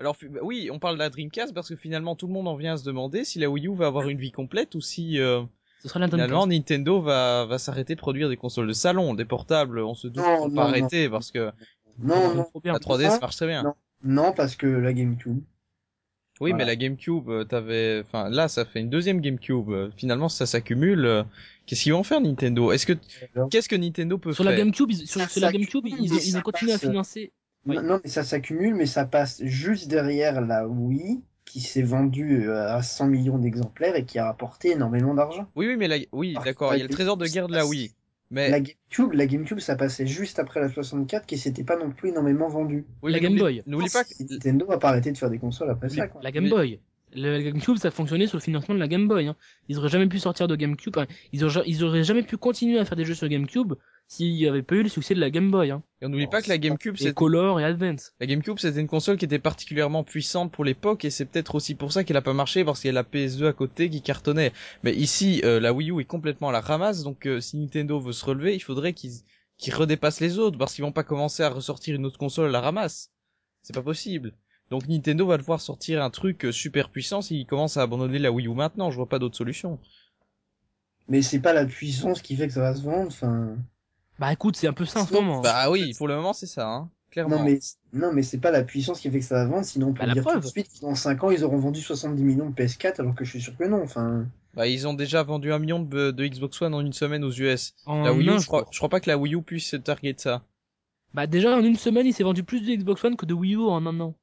Alors, fi- bah oui, on parle de la Dreamcast parce que finalement, tout le monde en vient à se demander si la Wii U va avoir une vie complète ou si, euh,
Ce sera la
finalement,
Dreamcast.
Nintendo va, va s'arrêter de produire des consoles de salon, des portables, on se doute
Non,
qu'on
non,
va
non.
arrêter parce que
Non, non,
Trop bien.
la 3DS
pas.
marche très bien.
Non. non, parce que la GameCube.
Oui,
Voilà.
mais la GameCube, euh, t'avais, enfin, là, ça fait une deuxième GameCube. Euh, Finalement, ça s'accumule. euh, Qu'est-ce qu'ils vont faire Nintendo Est-ce que qu'est-ce que Nintendo peut
Sur
faire
la GameCube, ils, sur,
Ça
sur la
s'accumule,
GameCube, ils, ils
mais
ont, ils
ça
ont continué à
passe.
financer. Oui.
Non, non, mais ça s'accumule, mais ça passe juste derrière la Wii qui s'est vendue euh, à 100 millions d'exemplaires et qui a rapporté énormément d'argent.
Oui, oui, mais la... oui,
Par-
d'accord.
Ah, la
Il y a le trésor de
GameCube,
guerre de
ça
la
passe-
Wii. Mais
La GameCube, la GameCube, ça passait juste après la 64 qui s'était pas non plus énormément vendue.
oui,
La
mais
Game
n'oublie-
Boy.
N'oublie pas que
Nintendo a pas arrêté de faire des consoles après
Oui.
ça. Quoi.
La Game
Mais-
Boy. Le- la GameCube, ça fonctionnait sur le financement de la Game Boy. Hein. Ils auraient jamais pu sortir de GameCube. hein. Ils, auraient, ils auraient jamais pu continuer à faire des jeux sur GameCube s'il n'y avait pas eu le succès de la Game Boy. Hein.
on n'oublie
Oh,
pas que la
c'est
GameCube,
Et
c'est
Color et Advance.
La GameCube, c'était une console qui était particulièrement puissante pour l'époque et c'est peut-être aussi pour ça qu'elle a pas marché parce qu'il y a la PS2 à côté qui cartonnait. Mais ici, euh, la Wii U est complètement à la ramasse, donc euh, si Nintendo veut se relever, il faudrait qu'ils qu'ils redépassent les autres parce qu'ils vont pas commencer à ressortir une autre console à la ramasse. C'est pas possible. Donc Nintendo va devoir sortir un truc euh, super puissant s'ils commencent à abandonner la Wii U maintenant. Je vois pas d'autre solution.
Mais c'est pas la puissance qui fait que ça va se vendre. Enfin,
Bah écoute, c'est un peu ça en ce
Sinon,
moment. hein.
Bah oui, pour le moment c'est ça, hein. Clairement.
non mais non mais c'est pas la puissance qui fait que ça va se vendre. Sinon on peut
Bah, la
dire tout
preuve.
de suite que dans 5 ans ils auront vendu 70 millions de PS4 alors que je suis sûr que non. Enfin,
Bah ils ont déjà vendu un million de, de Xbox One en une semaine aux US.
En
La bah Wii
un
U, je crois,
jour.
je crois pas que la Wii U puisse se target ça.
Bah déjà, en une semaine, il s'est vendu plus de Xbox One que de Wii U en un an.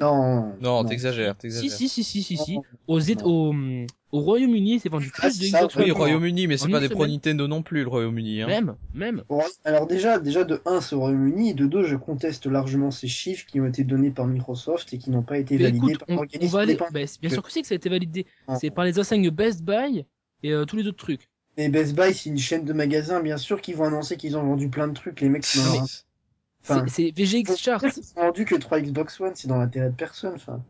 non.
Non, t'exagères, t'exagères.
Si, si, si, si, si, si.
Non.
Aux, Éta- au, hum, au Royaume-Uni, il s'est vendu
Ah,
plus de
ça,
Xbox
Oui,
One.
oui,
le
non.
Royaume-Uni, mais
En
c'est
une
pas des pro
semaine.
Nintendo non plus, le Royaume-Uni. Hein.
Même, même.
Bon, alors déjà, déjà de 1, c'est au Royaume-Uni, et de 2, je conteste largement ces chiffres qui ont été donnés par Microsoft et qui n'ont pas été
Mais
validés
écoute,
par
on, on
l'organisme
va aller.
indépendant.
bah, c'est- bien sûr que c'est que ça a été validé.
Non.
C'est par les enseignes Best Buy et euh, tous les autres trucs.
Mais Best Buy, c'est une chaîne de magasins, bien sûr, qui vont annoncer qu'ils ont vendu plein de trucs, les mecs qui
Non,
n'ont
mais-
Enfin,
C'est- C'est VGX Chart.
ils ont vendu que 3 Xbox One, c'est dans l'intérêt de personne, enfin.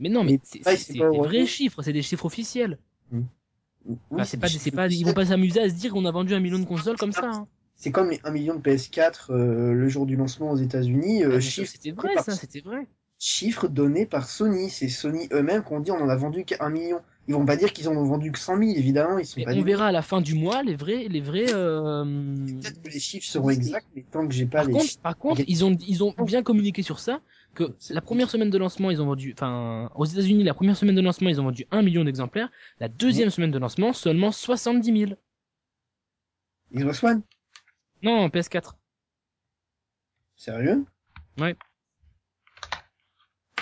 Mais non, mais
Mais
c'est
pareil,
c'est-
c'est
c'est
pas
des
au
vrais
revenu.
chiffres, c'est des chiffres officiels.
Oui,
Enfin, Ah, c'est pas,
chiffre
c'est pas, ils
officiel.
vont pas s'amuser à se dire qu'on a vendu un million de consoles comme ça. hein.
C'est comme les 1 million de PS4 euh, le jour du lancement aux États-Unis, euh,
Ah, mais ça,
chiffre,
C'était vrai, ça, c'était vrai.
chiffre donné par Sony. C'est Sony eux-mêmes qu'on dit on en a vendu qu'un million. Ils vont pas dire qu'ils en ont vendu que 100 000, évidemment, ils sont
Mais
pas
on
nuls.
verra à la fin du mois les vrais, les vrais. euh,
Peut-être que les chiffres seront exacts, mais tant que j'ai pas
Par
les
contre,
chiffres.
par contre,
Ok. Oh.
ils ont, ils ont bien communiqué sur ça que
C'est-
la première semaine de lancement, ils ont vendu, enfin, aux États-Unis, la première semaine de lancement, ils ont vendu 1 million d'exemplaires. La deuxième semaine de lancement, seulement 70 000.
Xbox One
Non, PS4.
Sérieux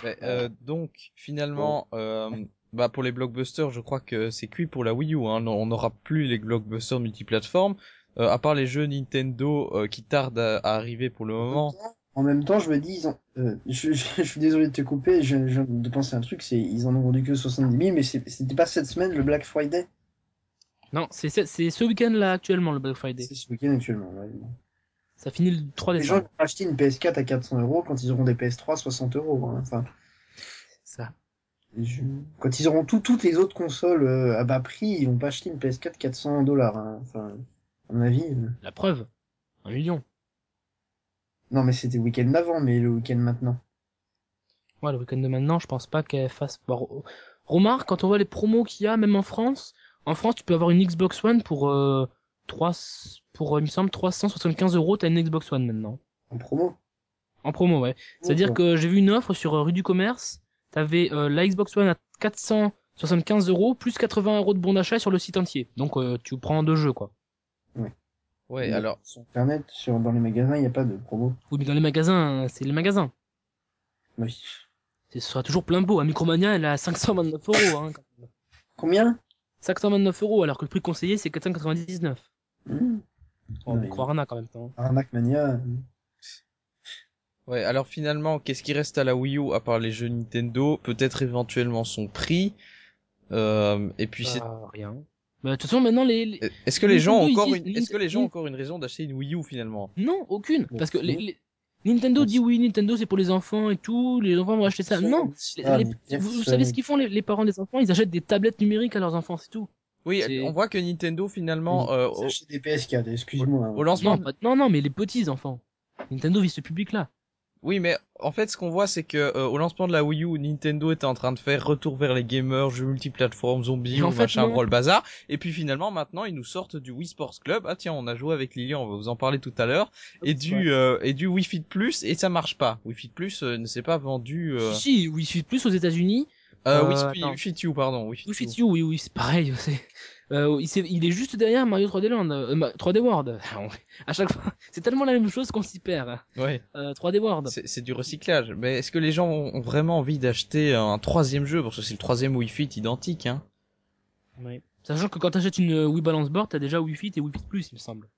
mais, euh, donc, finalement, euh, bah, pour les blockbusters, je crois que c'est cuit pour la Wii U. Hein. Non, On n'aura plus les blockbusters multiplateformes, euh, à part les jeux Nintendo euh, qui tardent à, à arriver pour le moment.
En même temps, je me dis, ils ont. euh, je, je- je suis désolé de te couper, je, je viens de penser un truc, c'est ils en ont vendu que 70 000, mais c'est- c'était pas cette semaine le Black Friday
Non, c'est c'est- c'est ce week-end-là actuellement le Black Friday.
C'est ce week-end actuellement. ouais.
Ça finit le 3
Les gens
décembre.
vont acheter une PS4 à 400 euros quand ils auront des PS3 à 60 euros. hein. Enfin,
Ça.
je- Quand ils auront tout- toutes les autres consoles euh, à bas prix, ils vont pas acheter une PS4 400 dollars. hein. Enfin, à mon avis. euh.
La preuve. Un million.
Non, mais c'était le week-end d'avant, mais le week-end maintenant.
Ouais, le week-end de maintenant, je pense pas qu'elle fasse. Bon, re- remarque, quand on voit les promos qu'il y a, même en France, en France, tu peux avoir une Xbox One pour euh, 3, pour euh, il me semble 375 euros. T'as une Xbox One maintenant.
En promo.
En promo, ouais. C'est-à-dire que j'ai vu une offre sur euh, rue du Commerce. T'avais euh, la Xbox One à 475 euros plus 80 euros de bon d'achat sur le site entier. Donc euh, tu prends deux jeux, quoi.
Ouais,
Mais
alors,
Sur Internet, sur, dans les magasins, il n'y a pas de promo. Bah,
Oui, mais dans les magasins, c'est les magasins.
Oui.
Ce sera toujours plein beau. À Micromania, elle est à 529 euros. Hein.
Combien
529 euros, alors que le prix conseillé, c'est 499.
Hmm.
On
Oui.
croire en quand même temps.
Arnaque Mania. euh,
ouais, alors finalement, qu'est-ce qui reste à la Wii U à part les jeux Nintendo Peut-être éventuellement son prix. Euh, et puis c'est
Bah, rien. Mais de toute façon, maintenant, les... les-
Euh, Est-ce que les gens ont
Nintendo, ils
encore
disent-
une, est-ce que les gens ont
Nintendo-
encore une raison d'acheter une Wii U finalement
Non, aucune.
Mais
Parce que les,
si.
les- Nintendo
Mais
dit
si.
oui, Nintendo c'est pour les enfants et tout, les enfants vont acheter ça. Non Les-
Ah,
les-
mais
vous, vous
personne.
savez ce qu'ils font, les, les parents des enfants Ils achètent des tablettes numériques à leurs enfants, c'est tout.
Oui,
C'est-
on voit que Nintendo finalement euh,
Oh,
Ils
au,
achètent des PS4, excuse-moi. hein.
au lancement,
Non, pas- non, non, mais les petits enfants. Nintendo vise ce public-là.
Oui, mais en fait, ce qu'on voit, c'est que euh, au lancement de la Wii U, Nintendo était en train de faire retour vers les gamers, jeux multiplateformes, zombies,
Mais en
ou
fait,
machin,
non.
brawl bazar. Et puis finalement, maintenant, ils nous sortent du Wii Sports Club. Ah tiens, on a joué avec Lily, on va vous en parler tout à l'heure. Et du euh, et du Wii Fit Plus, et ça marche pas. Wii Fit Plus euh, ne s'est pas vendu. Euh...
Si, si, Wii Fit Plus aux États-Unis.
euh,
Euh,
Wii, Fit-
attends.
Wii Fit U, pardon. Wii Fit
Wii Fit
U.
U, oui, oui, c'est pareil. c'est- Euh, il, s'est- il est juste derrière Mario 3D Land, euh, ma- 3D World. à chaque fois, c'est tellement la même chose qu'on s'y perd.
Ouais.
Euh, 3D World.
C'est c'est du recyclage. Mais est-ce que les gens ont ont vraiment envie d'acheter un troisième jeu Parce que c'est le troisième Wii Fit identique. Hein.
Sachant que quand t'achètes une euh, Wii Balance Board, t'as déjà Wii Fit et Wii Fit Plus, il me semble.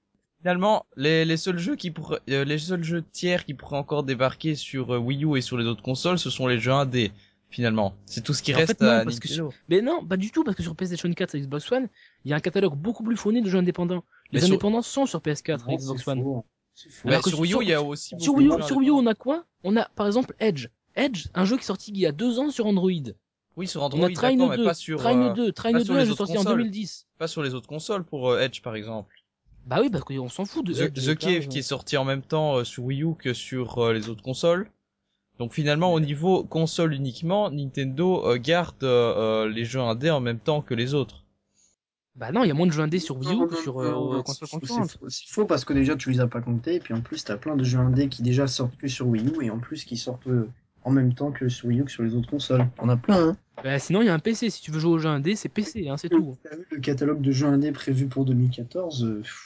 Finalement, les, les seuls jeux qui pourraient, euh, les seuls jeux tiers qui pourraient encore débarquer sur euh, Wii U et sur les autres consoles, ce sont les jeux indés. Finalement, c'est tout ce qui
En
reste
fait, non,
à
parce que
Nintendo.
Mais non, pas du tout, parce que sur PlayStation 4 et Xbox One, il y a un catalogue beaucoup plus fourni de jeux indépendants. Les
Mais sur-
indépendants sont sur PS4 et
Non,
Xbox
c'est
One.
faux. hein. C'est faux.
Bah,
alors que
sur
sur-
Wii U, il y a aussi
Sur
beaucoup
Wii,
de
U,
jeux
sur Wii U, on
indépendants.
a quoi On a par exemple Edge. Edge, un jeu qui est sorti il y a deux ans sur Android.
Oui, sur
On
Android,
a Train
d'accord, mais
2,
pas sur
Train
euh,
2, Train
pas
2,
sur
un
les
jeu
autres
sorti en
consoles.
2010.
pas sur les autres consoles pour euh, Edge par exemple.
Bah oui, parce qu'on s'en fout de
The, The Cave qui est sorti en même temps euh, sur Wii U que sur euh, les autres consoles. Donc finalement au niveau console uniquement, Nintendo euh, garde euh, euh, les jeux indés en même temps que les autres.
Bah non, il y a moins de jeux indés sur Wii
Non,
U que
non,
sur
non,
euh,
non,
aux
non,
consoles
c'est-
concurrentes.
c'est faux- C'est faux parce que déjà tu les as pas comptés et puis en plus t'as plein de jeux indés qui déjà sortent que sur Wii U et en plus qui sortent euh, en même temps que sur Wii U que sur les autres consoles. On a plein. Hein.
Bah sinon, il y a un PC. Si tu veux jouer aux jeux indés, c'est PC, hein, c'est tout.
T'as vu le catalogue de jeux indés prévu pour 2014 euh, pff,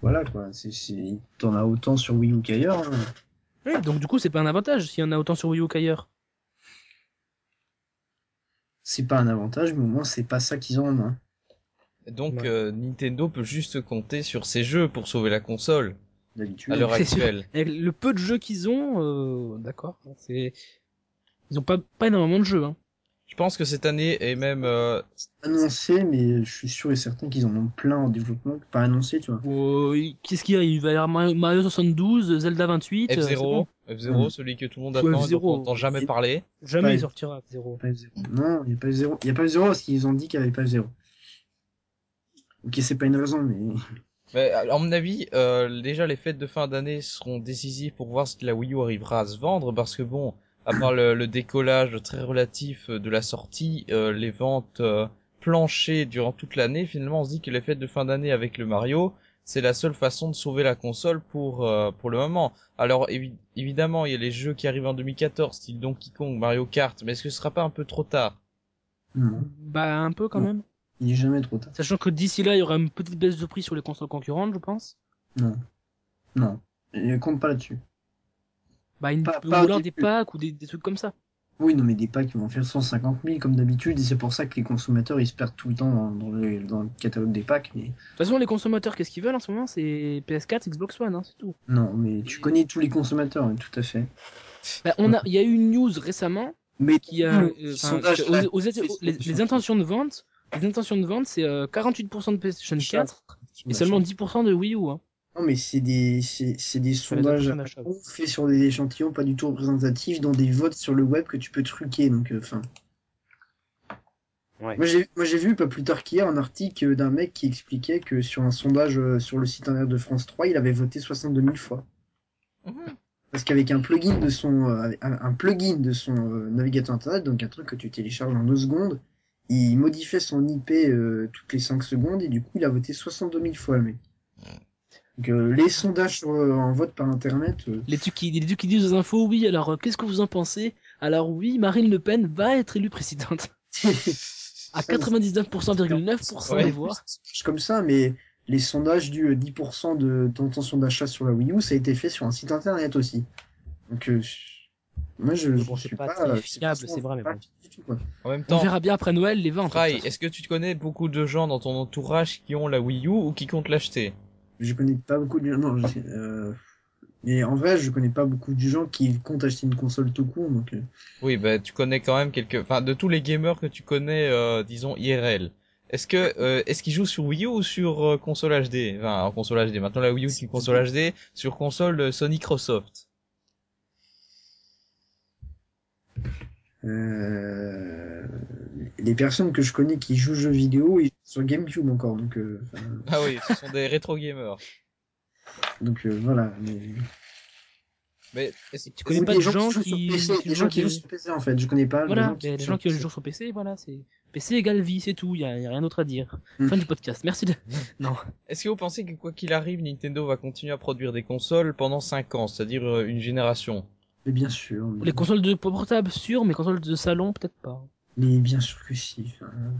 Voilà quoi. C'est- c'est- T'en as autant sur Wii U qu'ailleurs. hein.
Ouais, donc du coup, c'est pas un avantage s'il y en a autant sur Wii U qu'ailleurs.
C'est pas un avantage, mais au moins c'est pas ça qu'ils en ont. hein.
Donc
Ouais.
euh, Nintendo peut juste compter sur ces jeux pour sauver la console
D'habitude.
à l'heure
c'est sûr.
actuelle.
Avec le peu de jeux qu'ils ont, euh, d'accord, c'est... Ils ont pas, pas énormément de jeux, hein.
Je pense que cette année et même euh,
Annoncé, mais je suis sûr et certain qu'ils en ont plein en développement. Pas annoncé, tu vois.
Euh, il- Qu'est-ce qu'il y a Il va y avoir Mario Mario 72, Zelda 28... euh, c'est
F0,
bon.
F0
Mm.
celui que tout le monde attend
Ouais,
et dont
F-Zero.
on n'entend jamais
Et-
parler.
Jamais
Ouais.
il sortira F0.
Pas F0. Non, il n'y a pas F0. Il n'y a pas F0 parce qu'ils ont dit qu'il n'y avait pas F0. Ok, c'est pas une raison, mais.
Mais à à mon avis, euh, déjà les fêtes de fin d'année seront décisives pour voir si la Wii U arrivera à se vendre, parce que bon, à part le, le décollage très relatif euh, de la sortie, euh, les ventes euh, planchées durant toute l'année, finalement on se dit que les fêtes de fin d'année avec le Mario, c'est la seule façon de sauver la console pour euh, pour le moment. Alors évi- évidemment, il y a les jeux qui arrivent en 2014, style Donkey Kong, Mario Kart, mais est-ce que ce sera pas un peu trop tard
Non,
Bah un peu quand
Non.
même.
il n'est jamais trop tard.
Sachant que d'ici là, il y aura une petite baisse de prix sur les consoles concurrentes, je pense.
Non. Non. Et compte pas là-dessus.
Bah une,
Pas-
ou
pas au
alors des
début.
packs ou des, des trucs comme ça.
Oui, non, mais des packs qui vont faire 150 000 comme d'habitude, et c'est pour ça que les consommateurs ils se perdent tout le temps dans, dans les- dans le catalogue des packs. Mais
De toute façon, les consommateurs, qu'est-ce qu'ils veulent en ce moment C'est PS4, Xbox One, hein, c'est tout.
non, mais tu connais tous les consommateurs, hein, tout à fait.
Bah, on a, il y a eu une news récemment
Mais
qui a,
Mmh.
euh,
Petit
enfin,
sondage,
aux-
là.
aux- aux- les, les intentions de vente, les intentions de vente, c'est euh, 48% de PlayStation 4
Bah,
et seulement 10% de Wii U. Hein.
Non, mais c'est des, c'est, c'est des
Sur les intentions
sondages
d'achat.
faits sur des échantillons pas du tout représentatifs, dans des votes sur le web que tu peux truquer. Donc, euh, enfin.
Ouais.
Moi, j'ai, moi, j'ai vu pas plus tard qu'hier un article euh, d'un mec qui expliquait que sur un sondage euh, sur le site internet de France 3, il avait voté 62 000 fois.
Mhm.
Parce qu'avec un plugin de son, euh, un, un plugin de son euh, navigateur internet, donc un truc que tu télécharges en deux secondes, il modifiait son IP euh, toutes les 5 secondes et du coup il a voté 62 000 fois le mec. Donc, euh, les sondages sur, euh, en vote par internet, euh,
Les trucs qui, les trucs qui disent aux infos, oui. Alors, euh, qu'est-ce que vous en pensez Alors, oui, Marine Le Pen va être élue présidente à 99,9%
Ouais.
des voix.
c'est comme ça, mais les sondages du euh, 10% de d'intention d'achat sur la Wii U, ça a été fait sur un site internet aussi. Donc euh, je- moi je,
Bon,
je
c'est
suis
pas
pas,
très
euh,
fiable,
pas-
c'est vrai, mais
pas
bon.
du tout, quoi.
En même
On
temps,
verra bien après Noël les ventes. de toute
Rai,
façon.
est-ce que tu connais beaucoup de gens dans ton entourage qui ont la Wii U ou qui comptent l'acheter
Je connais pas beaucoup de gens. Non, je- euh, mais en vrai, je connais pas beaucoup de gens qui comptent acheter une console tout court. Donc, euh,
Oui, bah tu connais quand même quelques... Enfin, de tous les gamers que tu connais, euh, disons IRL, est-ce que euh, est-ce qu'ils jouent sur Wii U ou sur euh, console HD Enfin, en console HD. Maintenant, la Wii U c'est une console HD sur console euh, Sony Microsoft.
euh, les personnes que je connais qui jouent aux jeux vidéo, ils jouent sur GameCube encore. Donc, euh, enfin,
Ah oui, ce sont des rétro gamers.
donc euh, voilà. mais-
Mais est-ce-
Tu connais
Ou
pas
des
de
gens
gens
qui jouent
qui-
sur PC,
qui
des
jouent
gens qui
des-
jouent sur PC en fait. Je connais pas.
Mmh.
Voilà,
les
mais les gens qui jouent sur PC, voilà, c'est PC égale vie, c'est tout, il y a, y a rien d'autre à dire.
Mmh.
Mm.
Fin du podcast. Merci de
Est-ce que vous pensez que quoi qu'il arrive, Nintendo va continuer à produire des consoles pendant 5 ans, c'est-à-dire euh, une génération
Mais bien sûr. mais-
Mmh.
les consoles de portable sûr, mais consoles de salon peut-être pas.
Mais bien sûr que si. enfin, euh,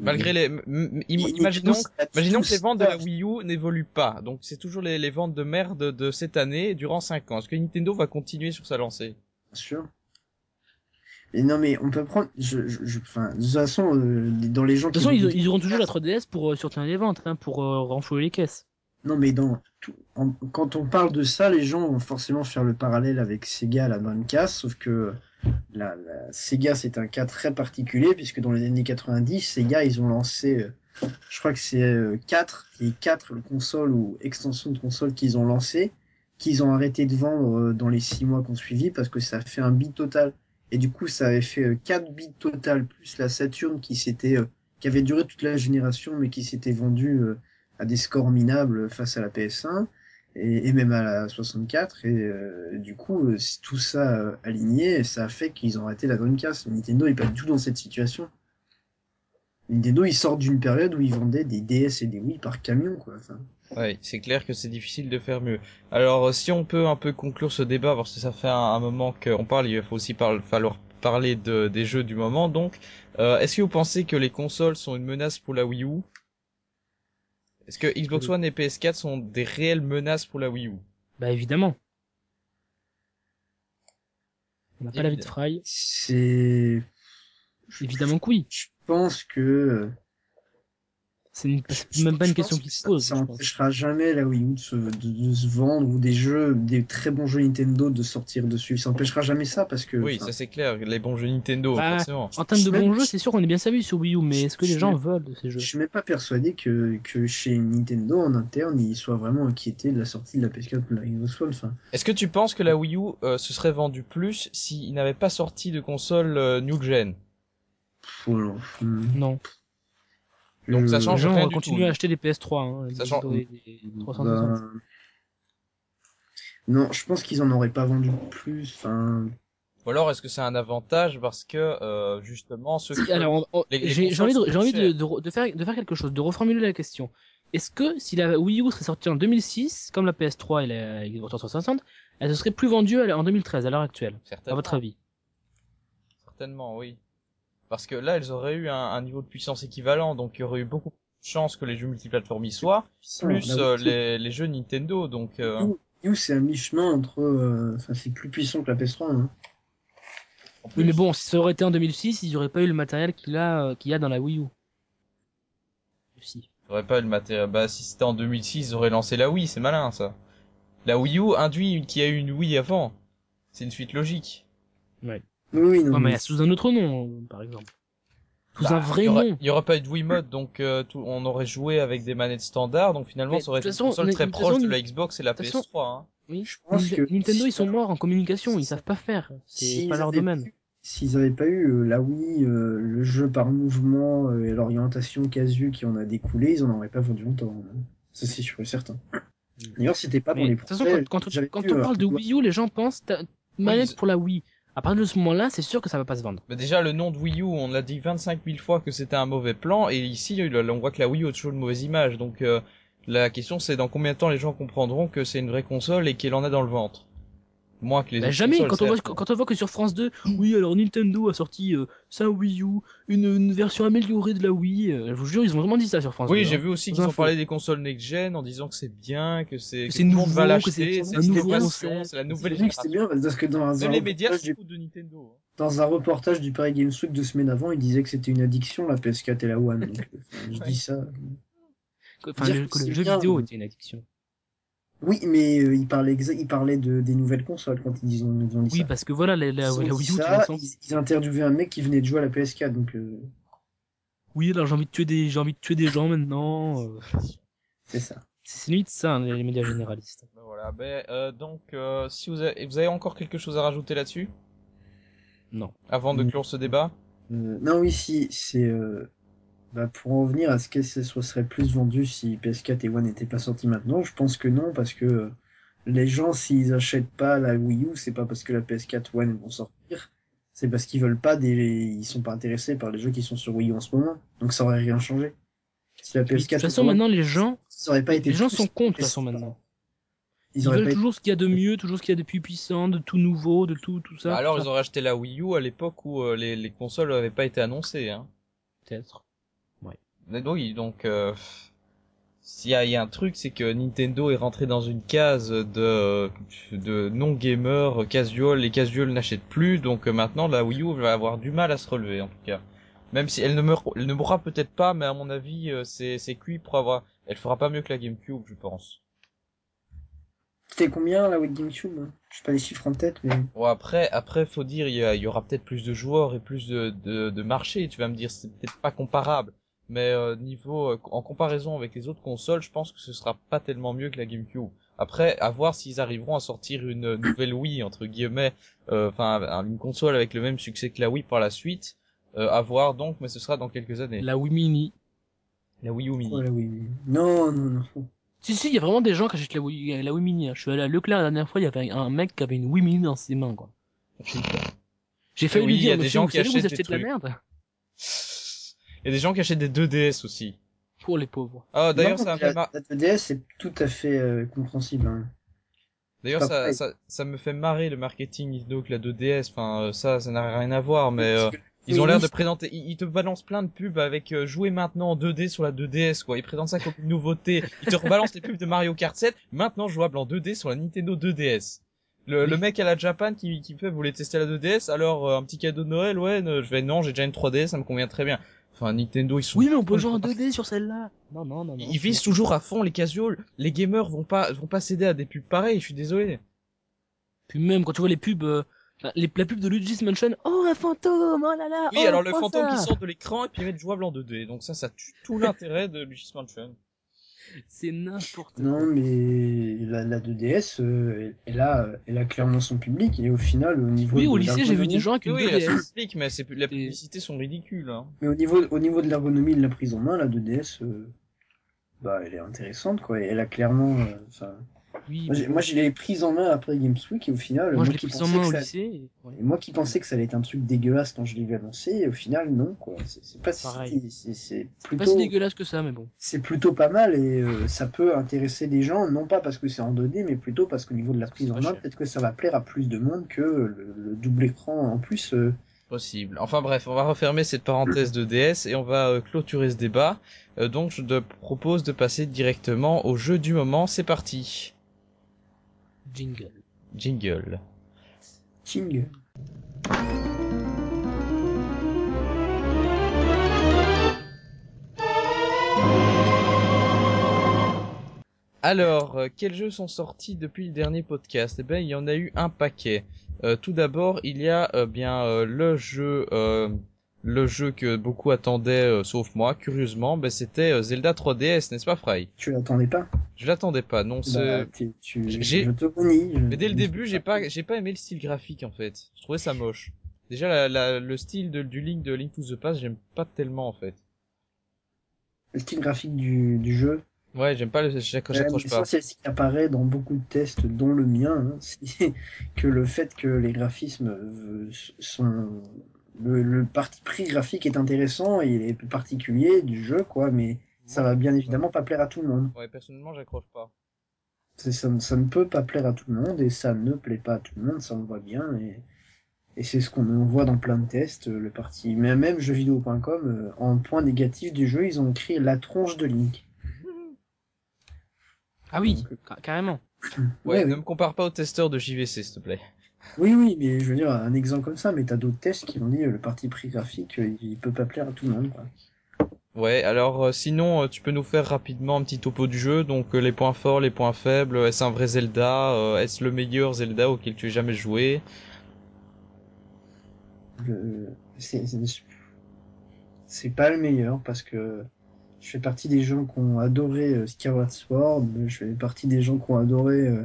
Malgré les... m- m- im- imaginons Imaginons que les ventes de la Wii U n'évoluent pas, donc c'est toujours les, les ventes de merde de cette année durant 5 ans. Est-ce que Nintendo va continuer sur sa lancée
Bien sûr. Et non, mais on peut prendre. Je, je, je- enfin, de toute façon, euh, dans les gens
De toute façon, ils,
qui.
ils auront toujours la 3DS pour euh, surtenir les ventes, hein, pour euh, renflouer les caisses.
Non, mais dans tout... en- quand on parle de ça, les gens vont forcément faire le parallèle avec Sega, la Dreamcast, sauf que la, la Sega, c'est un cas très particulier, puisque dans les années 90, Sega, ils ont lancé, euh, je crois que c'est euh, quatre les quatre consoles ou extensions de consoles qu'ils ont lancées, qu'ils ont arrêté de vendre euh, dans les six mois qu'on suivit, parce que ça a fait un bid total. Et du coup, ça avait fait euh, quatre bits total, plus la Saturn qui s'était, euh, qui avait duré toute la génération, mais qui s'était vendue euh, à des scores minables face à la PS1 et, et même à la 64. Et euh, du coup, euh, c'est tout ça euh, aligné, ça a fait qu'ils ont arrêté la Dreamcast. Nintendo n'est pas du tout dans cette situation. Nintendo, ils sortent d'une période où ils vendaient des DS et des Wii par camion, quoi. Enfin,
Oui, c'est clair que c'est difficile de faire mieux. Alors, euh, si on peut un peu conclure ce débat, parce que ça fait un, un moment qu'on parle, il faut aussi par- falloir parler de, des jeux du moment, donc, euh, est-ce que vous pensez que les consoles sont une menace pour la Wii U Est-ce que Xbox One et PS4 sont des réelles menaces pour la Wii U
Bah évidemment. On n'a pas la vie de
Évidemment.
Fry.
c'est. je-
Évidemment que oui.
Je pense que. euh,
C'est une-
Je-
c'est même pas
je
une question
pense
qui
que
se
ça-
pose. hein.
Ça
je pense.
n'empêchera jamais la Wii U de se, de, de se vendre ou des jeux, des très bons jeux Nintendo de sortir dessus. Ça n'empêchera jamais ça parce que.
Oui,
enfin,
ça c'est clair, les bons jeux Nintendo,
Bah,
forcément.
En termes de
je-
bons
je-
jeux, c'est sûr qu'on est bien servi sur Wii U, mais
je-
est-ce que les
je-
gens veulent de ces
je
jeux
suis même pas persuadé que, que chez Nintendo en interne ils soient vraiment inquiétés de la sortie de la PS4 ou de la Xbox One. Enfin,
Est-ce que tu penses que la Wii U euh, se serait vendue plus s'il n'avait pas sorti de console euh, new gen
faut- faut-
Non.
Donc, ça
je-
change
les gens
rien
vont
du
continuer
tout.
à acheter des PS3. Hein,
Ça
des-
change- Bah,
des- des 360.
Ben, Non, je pense qu'ils en auraient pas vendu plus. Enfin,
Ou alors est-ce que c'est un avantage parce que euh, justement ceux qui...
Alors, on- on-
Les- les
j'ai j'ai
consoles
envie,
sont
de,
plus
j'ai envie de,
chères.
de re- de faire, de faire quelque chose, de reformuler la question. Est-ce que si la Wii U serait sortie en 2006, comme la PS3 et la Xbox 360, elle se serait plus vendue à la- en 2013, à l'heure actuelle, à
certainement,
votre avis
certainement, oui. Parce que là, elles auraient eu un, un niveau de puissance équivalent, donc il y aurait eu beaucoup de chances que les jeux multiplateformes y soient, plus
la
bah
Wii
euh,
U-
les, les jeux Nintendo, donc... euh,
Wii U, c'est un mi-chemin entre. euh, Enfin, c'est plus puissant que la PS3. hein.
en plus.
Oui, mais bon, si ça aurait été en 2006, ils n'auraient pas eu le matériel qu'il a, euh, qu'il y a dans la Wii U. Si.
Ils auraient pas eu le matériel. Bah, si c'était en 2006, ils auraient lancé la Wii, c'est malin ça. La Wii U induit une- qu'il y a eu une Wii avant. C'est une suite logique.
Oui, Euh, oui, non.
Non, Oh, mais
mais-
sous un autre nom, par exemple. Sous
Bah,
un vrai
il y aurait-
nom.
Il y aurait pas eu de Wiimote, donc euh, tout- on aurait joué avec des manettes standards, donc finalement
Mais
ça aurait
de
été
toute
une
façon,
console
mais
très
de toute
proche
façon,
de la Xbox et la
de toute façon-
PS3. hein.
Oui.
Je pense
Ninte-
que
Nintendo,
si-
ils sont morts en communication, ils savent pas faire. C'est
S'ils
pas leur
avaient
domaine.
pu- S'ils avaient pas eu euh, la Wii, euh, le jeu par mouvement euh, et l'orientation casu qui en a découlé, ils en auraient pas vendu autant. hein. Ça, c'est sûr et certain. D'ailleurs, c'était pas
Mm. Mais
pour les
de toute façon,
projets,
quand, quand-
j'avais
quand
vu,
on
euh,
parle de Wii U, les gens pensent ta- manette
ils-
pour la Wii. À partir de ce moment-là, c'est sûr que ça va pas se vendre.
Mais Bah, déjà le nom de Wii U, on l'a dit 25 000 fois que c'était un mauvais plan, et ici le- on voit que la Wii U a toujours une mauvaise image, donc euh, la question c'est dans combien de temps les gens comprendront que c'est une vraie console et qu'elle en a dans le ventre Moins que les
Bah,
autres
jamais.
consoles,
Quand on, voit,
certes.
quand on voit que sur France 2, oui, alors Nintendo a sorti euh, sa Wii U, une, une version améliorée de la Wii. euh, je vous jure, ils ont vraiment dit ça sur France 2.
Oui, j'ai
hein.
vu aussi
Aux
qu'ils ont
infos.
parlé des consoles next-gen en disant que c'est bien, que c'est
Que
que
c'est
tout le monde va
nouveau, que
l'acheter,
c'est
c'est
un
une
nouveau
innovation,
concept.
c'est la
C'est
nouvelle
vrai que c'était
génération.
bien parce que dans un,
Même les médias
reportage
se
du-
foutent de Nintendo. hein.
dans un reportage du Paris Games Week deux semaines avant, il disait que c'était une addiction la PS4 et la One. Donc, euh, enfin, je
Ouais.
dis ça.
Que- Enfin,
dire
le,
que
que le
c'est
jeu
bien,
vidéo
mais-
était une addiction.
Oui, mais euh, il parlait, exa- il parlait de, des nouvelles consoles quand ils ont, ils ont dit
Oui,
ça.
parce que voilà, la, la-
Ils ont
la
dit
Wii U, tu
ça,
l'entends.
ils, ils interviewaient un mec qui venait de jouer à la PS4, donc euh,
Oui, alors j'ai envie de tuer des, j'ai envie de tuer des gens maintenant. euh.
c'est ça.
C'est limite ça, hein, les médias généralistes.
Ben Voilà, ben, euh, donc euh, si vous avez, vous avez encore quelque chose à rajouter là-dessus
Non.
avant de
Mm.
clore ce débat
Euh, non, oui, si, c'est. euh, bah, pour en venir à ce que ce soit- serait plus vendu si PS4 et One n'étaient pas sortis maintenant, je pense que non, parce que euh, les gens, s'ils achètent pas la Wii U, c'est pas parce que la PS4 One vont sortir, c'est parce qu'ils veulent pas des, ils sont pas intéressés par les jeux qui sont sur Wii U en ce moment, donc ça aurait rien changé. Si la
Mais De
PS4
toute façon, maintenant, les gens,
ça aurait pas été
les gens
plus
sont contre, de toute
intéressés
façon,
par-
maintenant.
Ils
Ils
auraient
veulent
pas été-
toujours ce qu'il y a de mieux, toujours ce qu'il y a de plus puissant, de tout nouveau, de tout, tout ça.
Bah alors,
tout
ils ont racheté la Wii U à l'époque où euh, les, les consoles n'avaient pas été annoncées. Hein.
ça, peut-être.
Mais oui, donc euh, pff, s'il y a, il y a un truc, c'est que Nintendo est rentré dans une case de de non gamer casual. Les casuals n'achètent plus, donc euh, maintenant la Wii U va avoir du mal à se relever en tout cas. Même si elle ne meurt, elle ne mourra peut-être pas, mais à mon avis, euh, c'est c'est cuit pour avoir. Elle fera pas mieux que la GameCube, je pense.
C'était combien la Wii GameCube hein Je sais pas les chiffres en tête, mais
Bon après, après faut dire il y, a- il y aura peut-être plus de joueurs et plus de de, de marché. Tu vas me dire c'est peut-être pas comparable, mais euh, niveau euh, en comparaison avec les autres consoles, je pense que ce sera pas tellement mieux que la GameCube. Après, à voir s'ils arriveront à sortir une euh, nouvelle Wii entre guillemets, euh, enfin un- une console avec le même succès que la Wii par la suite. Euh, à voir donc, mais ce sera dans quelques années. La,
La Wii Mini.
Wii U Mini.
Pourquoi la Wii U Non, non, non.
Si, si, il y a vraiment des gens qui achètent la Wii, la Wii Mini. hein. Je suis allé à Leclerc la dernière fois, il y avait un mec qui avait une Wii Mini dans ses mains, quoi. J'ai failli
Eh oui,
lui
il y a
dire,
des
monsieur,
gens
vous
qui
savez, vous
achètent
achetez de la
des
merde.
Il y a des gens qui achètent des 2DS aussi.
Pour les pauvres.
Ah d'ailleurs,
Non,
ça m'a
la,
fait mar-
la 2DS est tout à fait euh, compréhensible. hein.
D'ailleurs,
C'est pas
ça,
pareil.
ça, ça me fait marrer le marketing Nintendo que la 2DS. Enfin, euh, ça, ça n'a rien à voir, mais euh, ils ont
Oui,
l'air
oui,
de présenter. Ils, ils te balancent plein de pubs avec euh, jouer maintenant en 2D sur la 2DS, quoi. Ils présentent ça comme une nouveauté. Ils te rebalancent les pubs de Mario Kart 7, maintenant jouable en 2D sur la Nintendo 2DS. Le, le mec à la Japan qui, qui fait, vous voulez tester la 2DS, alors euh, un petit cadeau de Noël, ouais. ne- je vais non, j'ai déjà une 3DS, ça me convient très bien. Enfin, Nintendo, ils sont
Oui, mais on peut
ils
jouer en
sont pas
2D sur celle-là. Non, non, non, non.
ils visent toujours à fond les casuals. Les gamers vont pas vont pas céder à des pubs pareilles. Je suis désolé.
Puis même, quand tu vois les pubs, euh, les, la pub de Luigi's Mansion, oh, un fantôme, oh là là.
Oui,
oh,
alors le
prends
fantôme
ça.
qui sort de l'écran et puis il met le jouable en 2D. Donc ça, ça tue tout l'intérêt de Luigi's Mansion.
C'est n'importe quoi.
Non, mais la, la 2DS, euh, elle, elle a, elle a clairement son public et au final, au niveau
Oui, au
de
lycée, j'ai vu des
l'ergonomie-
gens avec
Oui,
une
oui, là, ça
2DS.
s'explique, mais c'est, la publicité sont ridicules. Hein.
Mais au niveau, au niveau de l'ergonomie et de la prise en main, la 2DS, euh, bah, elle est intéressante, quoi. Et elle a clairement. euh, enfin,
Oui,
moi, j'ai- moi, je l'ai prise en main après Games Week et au final,
moi, je l'ai
qui
pris en
pensais
main
que
au
ça,
lycée. et- ouais.
et moi qui pensais que ça allait être un truc dégueulasse quand je l'ai vu annoncer, et au final, non, quoi. C'est c'est pas si-
Pareil.
c'est- C'est
Pas si
plutôt.
dégueulasse que ça, mais bon.
c'est plutôt pas mal et euh, ça peut intéresser des gens, non pas parce que c'est en 2D, mais plutôt parce qu'au niveau de la prise en
pas
main,
cher.
peut-être que ça va plaire à plus de monde que le, le double écran. En plus, euh,
Possible. Enfin bref, on va refermer cette parenthèse de DS et on va euh, clôturer ce débat. Euh, donc je te propose de passer directement au jeu du moment. C'est parti.
Jingle.
Jingle.
King.
Alors, euh, quels jeux sont sortis depuis le dernier podcast Eh ben, il y en a eu un paquet. Euh, tout d'abord, il y a euh, bien euh, le jeu, euh, le jeu que beaucoup attendaient, euh, sauf moi, curieusement, ben, c'était euh, Zelda 3DS, n'est-ce pas, Fry
Tu l'attendais pas
Je l'attendais pas. Non,
Bah,
c'est.
t'es- tu,
j'ai-
Je te punis. je-
Mais dès le
je-
début, j'ai pas, j'ai pas aimé le style graphique en fait. Je trouvais ça moche. Déjà, la, la- le style de- du Link de Link to the Past, j'aime pas tellement en fait.
Le style graphique du, du jeu.
Ouais, j'aime pas le, j'ac- j'accroche pas.
c'est ce qui apparaît dans beaucoup de tests, dont le mien, hein, c'est que le fait que les graphismes euh, sont... Le, le parti pris graphique est intéressant et il est particulier du jeu, quoi, mais ça va bien évidemment pas plaire à tout le monde.
Ouais, personnellement, j'accroche pas.
C'est- ça, ne- ça ne peut pas plaire à tout le monde et ça ne plaît pas à tout le monde, ça on le voit bien et, et c'est ce qu'on on voit dans plein de tests, euh, le parti. Mais même jeuxvideo.com, euh, en point négatif du jeu, ils ont écrit la tronche de Link.
Ah oui, ca- carrément.
Ouais,
Ouais,
ne
oui.
me compare pas au testeur de JVC, s'il te plaît.
oui, oui, mais je veux dire, un exemple comme ça, mais t'as d'autres tests qui ont dit euh, le parti pris graphique, euh, il peut pas plaire à tout le monde. Quoi.
Ouais, alors euh, sinon euh, tu peux nous faire rapidement un petit topo du jeu, donc euh, les points forts, les points faibles, est-ce un vrai Zelda, euh, est-ce le meilleur Zelda auquel tu aies jamais joué
Le- c'est- c'est- C'est pas le meilleur parce que je fais partie des gens qui ont adoré euh, Skyward Sword, je fais partie des gens qui ont adoré euh,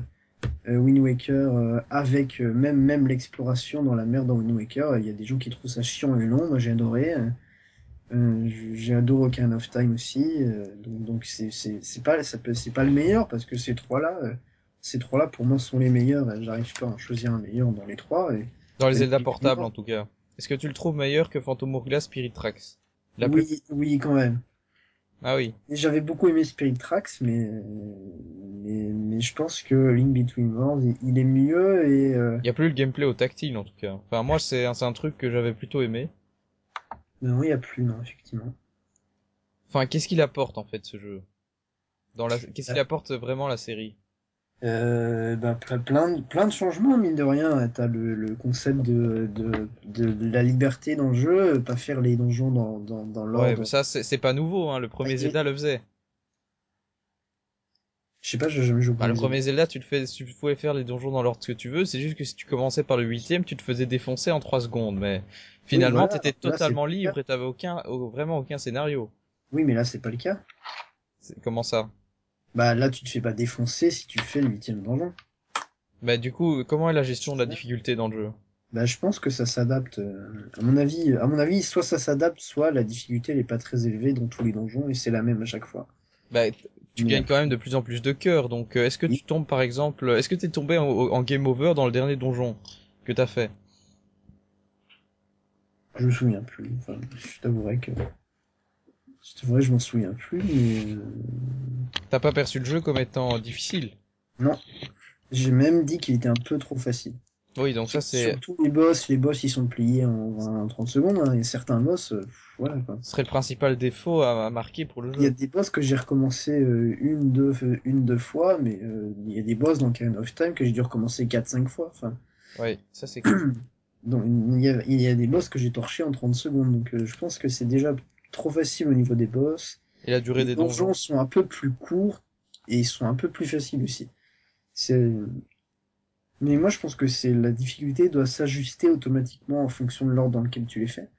euh, Wind Waker euh, avec euh, même, même l'exploration dans la mer dans Wind Waker. Il y a des gens qui trouvent ça chiant et long, moi j'ai adoré. euh, euh, j- j'ai adoré Ocarina of Time aussi. euh, donc donc c'est- c'est c'est pas, ça peut- c'est pas le meilleur parce que ces trois-là, euh, ces trois-là, pour moi, sont les meilleurs. J'arrive pas à en choisir un meilleur dans les trois. Et...
Dans les
Et
Zelda
puis,
portables,
non.
en tout cas. Est-ce que tu le trouves meilleur que Phantom Hourglass Spirit Tracks La
oui,
plus-
oui, quand même.
Ah oui.
Et J'avais beaucoup aimé Spirit Tracks, mais, mais, mais je pense que Link Between Worlds, il, il est mieux et euh,
Il y a plus le gameplay au tactile, en tout cas. Enfin, moi, c'est un, c'est un truc que j'avais plutôt aimé.
non, il y a plus, non, effectivement.
Enfin, qu'est-ce qu'il apporte, en fait, ce jeu Dans la... Qu'est-ce qu'il apporte vraiment à la série
Euh, bah, ple- plein, de, plein de changements, mine de rien. T'as le, le concept de, de, de, la liberté dans le jeu, pas faire les donjons dans, dans, dans
Ouais,
l'ordre.
mais ça, c'est c'est pas nouveau, hein. Le premier
Et-
Zelda le faisait.
Je sais pas, j'ai jamais joué au
Bah, le
premier
premier Zelda, tu le fais, tu pouvais faire les donjons dans l'ordre que tu veux. C'est juste que si tu commençais par le huitième, tu te faisais défoncer en trois secondes. Mais finalement,
voilà.
t'étais
Là, c'est
totalement
clair.
libre et t'avais aucun, au- vraiment aucun scénario.
Oui, mais là, c'est pas le cas.
C'est- Comment ça
Bah, là, tu te fais pas défoncer si tu fais le huitième donjon.
Bah, du coup, comment est la gestion de la difficulté dans le jeu
Bah, je pense que ça s'adapte. euh, À mon avis, à mon avis, soit ça s'adapte, soit la difficulté, elle est pas très élevée dans tous les donjons et c'est la même à chaque fois.
Bah, t- tu
Mais-
gagnes quand même de plus en plus de cœur. Donc, euh, est-ce que tu tombes, par exemple, est-ce que t'es tombé en, en game over dans le dernier donjon que t'as fait
Je me souviens plus. Enfin, je t'avouerai que. Je t'avouerai, je m'en souviens plus, mais. euh,
T'as pas perçu le jeu comme étant difficile
J'ai même dit qu'il était un peu trop facile.
Oui, donc ça, c'est
Surtout les boss, les boss ils sont pliés en, 20, en 30 secondes, hein, et certains boss, euh, pff, voilà quoi.
ce serait le principal défaut à, à marquer pour le
Il y a
jeu.
des boss que j'ai recommencé euh, une, deux, euh, une, deux fois, mais euh, il y a des boss dans Karen of Time que j'ai dû recommencer 4-5 fois. Enfin,
Ouais, ça c'est cool.
donc, il, y a, il y a des boss que j'ai torché en 30 secondes, donc euh, je pense que c'est déjà trop facile au niveau des boss.
Et la durée
les
des
donjons,
donjons.
sont un peu plus courts et ils sont un peu plus faciles aussi. C'est. Mais moi, je pense que c'est la difficulté doit s'ajuster automatiquement en fonction de l'ordre dans lequel tu les fais.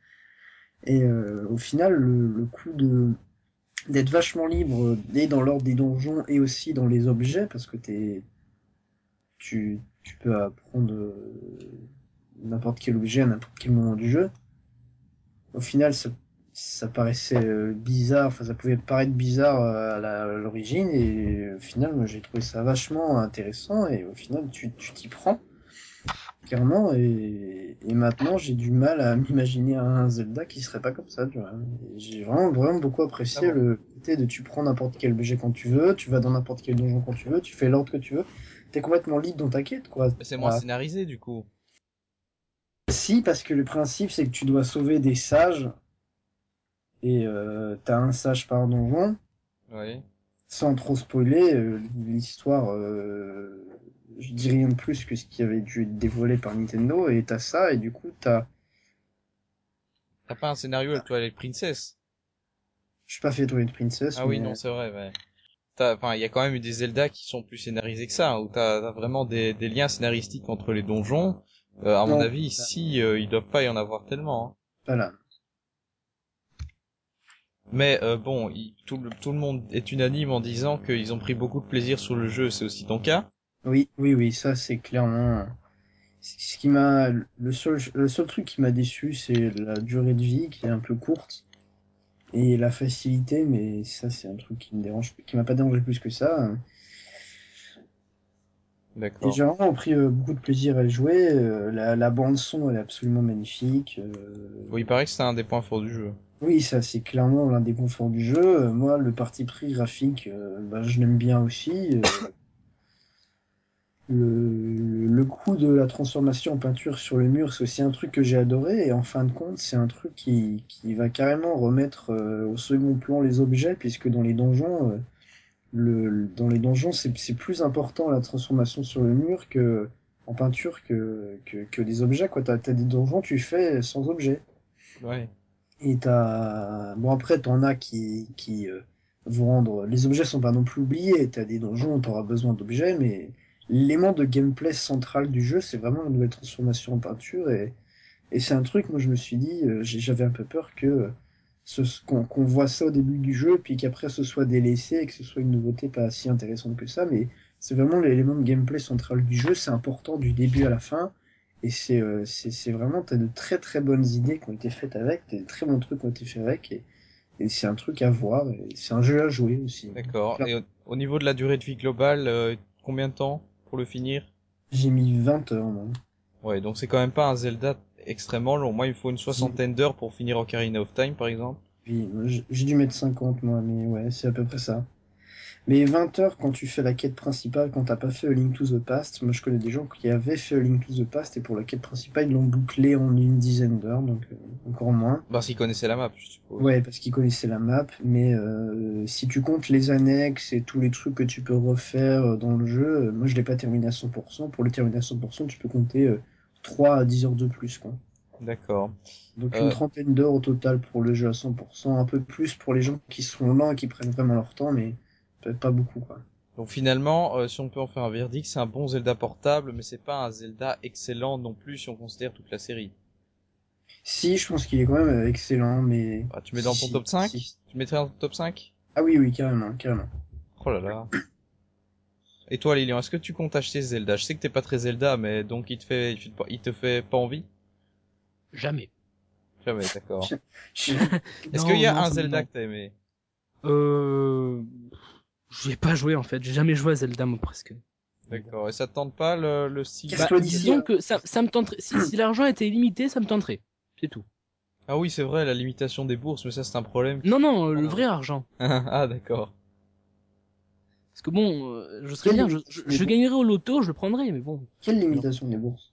Et euh, au final, le, le coup de d'être vachement libre euh, et dans l'ordre des donjons et aussi dans les objets parce que t'es tu tu peux apprendre euh, n'importe quel objet à n'importe quel moment du jeu. Au final, ça ça paraissait euh, bizarre, enfin ça pouvait paraître bizarre euh, à la- à l'origine, et euh, au final moi j'ai trouvé ça vachement intéressant, et au final tu tu t'y prends, clairement, et, et maintenant j'ai du mal à m'imaginer un Zelda qui serait pas comme ça, tu vois. Et J'ai vraiment, vraiment beaucoup apprécié
Ah bon.
le côté de tu prends n'importe quel objet quand tu veux, tu vas dans n'importe quel donjon quand tu veux, tu fais l'ordre que tu veux, t'es complètement libre dans ta quête, quoi.
Mais C'est moins
Ah.
scénarisé du coup.
Si, parce que le principe, c'est que tu dois sauver des sages. Et euh, t'as un sage par donjon.
Oui.
Sans trop spoiler, euh, l'histoire, euh, je dis rien de plus que ce qui avait dû être dévoilé par Nintendo. Et t'as ça, et du coup, t'as...
T'as pas un scénario
Bah.
avec Twilight Princess
Je suis pas fait Twilight Princess.
Ah oui,
mais-
non, c'est vrai. Mais... t'as- Enfin, il y a quand même eu des Zelda qui sont plus scénarisés que ça, hein, où t'as t'as vraiment des, des liens scénaristiques entre les donjons. Euh, à mon
Non.
avis, ici, euh, ils doivent pas y en avoir tellement. hein.
Voilà.
Mais euh, bon, il- tout, le, tout le monde est unanime en disant qu'ils ont pris beaucoup de plaisir sur le jeu, c'est aussi ton cas.
Oui, oui, oui, ça, c'est clairement... euh, c'est Ce qui m'a... Le seul, le seul truc qui m'a déçu, c'est la durée de vie qui est un peu courte. Et la facilité, mais ça, c'est un truc qui me dérange, qui m'a pas dérangé plus que ça. Et
D'accord.
j'ai vraiment pris euh, beaucoup de plaisir à le jouer. euh, la, la bande son, elle est absolument magnifique. euh,
Oui, il paraît que c'est un des points forts du jeu.
Oui, ça, c'est clairement l'un des conforts du jeu. Euh, Moi, le parti pris graphique, euh, bah, je l'aime bien aussi. euh, le, le coup de la transformation en peinture sur le mur, c'est aussi un truc que j'ai adoré. Et en fin de compte, c'est un truc qui, qui va carrément remettre euh, au second plan les objets, puisque dans les donjons, euh, le, le- dans les donjons, c'est c'est plus important la transformation sur le mur que en peinture que, que, que les objets. Quoi, t'as t'as des donjons, tu fais sans objet.
Ouais.
Et t'as bon après t'en as qui qui euh, vont rendre les objets sont pas non plus oubliés. T'as des donjons où t'auras besoin d'objets, mais l'élément de gameplay central du jeu c'est vraiment la nouvelle transformation en peinture et et c'est un truc moi je me suis dit euh, j'ai- j'avais un peu peur que euh, ce qu'on qu'on voit ça au début du jeu puis qu'après ce soit délaissé et que ce soit une nouveauté pas si intéressante que ça. Mais c'est vraiment l'élément de gameplay central du jeu. C'est important du début à la fin. Et c'est euh, c'est c'est vraiment, t'as de très très bonnes idées qui ont été faites avec, t'as des très bons trucs qui ont été faits avec, et, et c'est un truc à voir, et c'est un jeu à jouer aussi.
D'accord. Et au, au niveau de la durée de vie globale, euh, combien de temps pour le finir
J'ai mis 20 heures, moi.
Ouais, donc c'est quand même pas un Zelda extrêmement long. Moi, il me faut une soixantaine d'heures pour finir Ocarina of Time, par exemple.
Puis, moi, j- j'ai dû mettre 50, moi, mais ouais, c'est à peu près ça. Mais 20 heures quand tu fais la quête principale, quand t'as pas fait A Link to the Past, moi je connais des gens qui avaient fait A Link to the Past et pour la quête principale ils l'ont bouclé en une dizaine d'heures, donc euh, encore moins.
Parce qu'ils Bah, connaissaient la map, je suppose.
Ouais, parce qu'ils connaissaient la map, mais euh, si tu comptes les annexes et tous les trucs que tu peux refaire euh, dans le jeu, euh, moi je l'ai pas terminé à 100%. Pour le terminer à 100%, tu peux compter euh, 3 à 10 heures de plus, quoi.
D'accord.
Donc
Euh.
une trentaine d'heures au total pour le jeu à 100%, un peu plus pour les gens qui sont lents et qui prennent vraiment leur temps, mais peut-être pas beaucoup, quoi.
Donc finalement, euh, si on peut en faire un verdict, c'est un bon Zelda portable, mais c'est pas un Zelda excellent non plus si on considère toute la série.
Si, je pense qu'il est quand même euh, excellent, mais.
Ah, tu mets dans
Si,
ton
si,
top 5
si.
Tu mettrais dans ton top 5
Ah oui, oui, carrément, carrément.
Oh là là. Et toi, Lilian, est-ce que tu comptes acheter ce Zelda Je sais que t'es pas très Zelda, mais donc il te fait, il te fait pas- il te fait pas envie
Jamais.
Jamais, d'accord.
Je-
Est-ce
Non,
qu'il y a
non,
un
ça me
Zelda
manque.
que t'as aimé
Euh, j'ai pas joué en fait, j'ai jamais joué à Zelda moi presque.
D'accord. Et ça te tente pas le, le style
Qu'est-ce que
euh,
l'Odyssée,
disons
hein.
que euh, ça, ça me tenterait. Si, si l'argent était illimité, ça me tenterait. C'est tout.
Ah oui, c'est vrai, la limitation des bourses, mais ça c'est un problème.
Non, non, euh, le vrai argent.
ah d'accord.
Parce que bon, euh, je serais bien, je, je, je gagnerais au loto, je le prendrais, mais bon.
Quelle limitation des bourses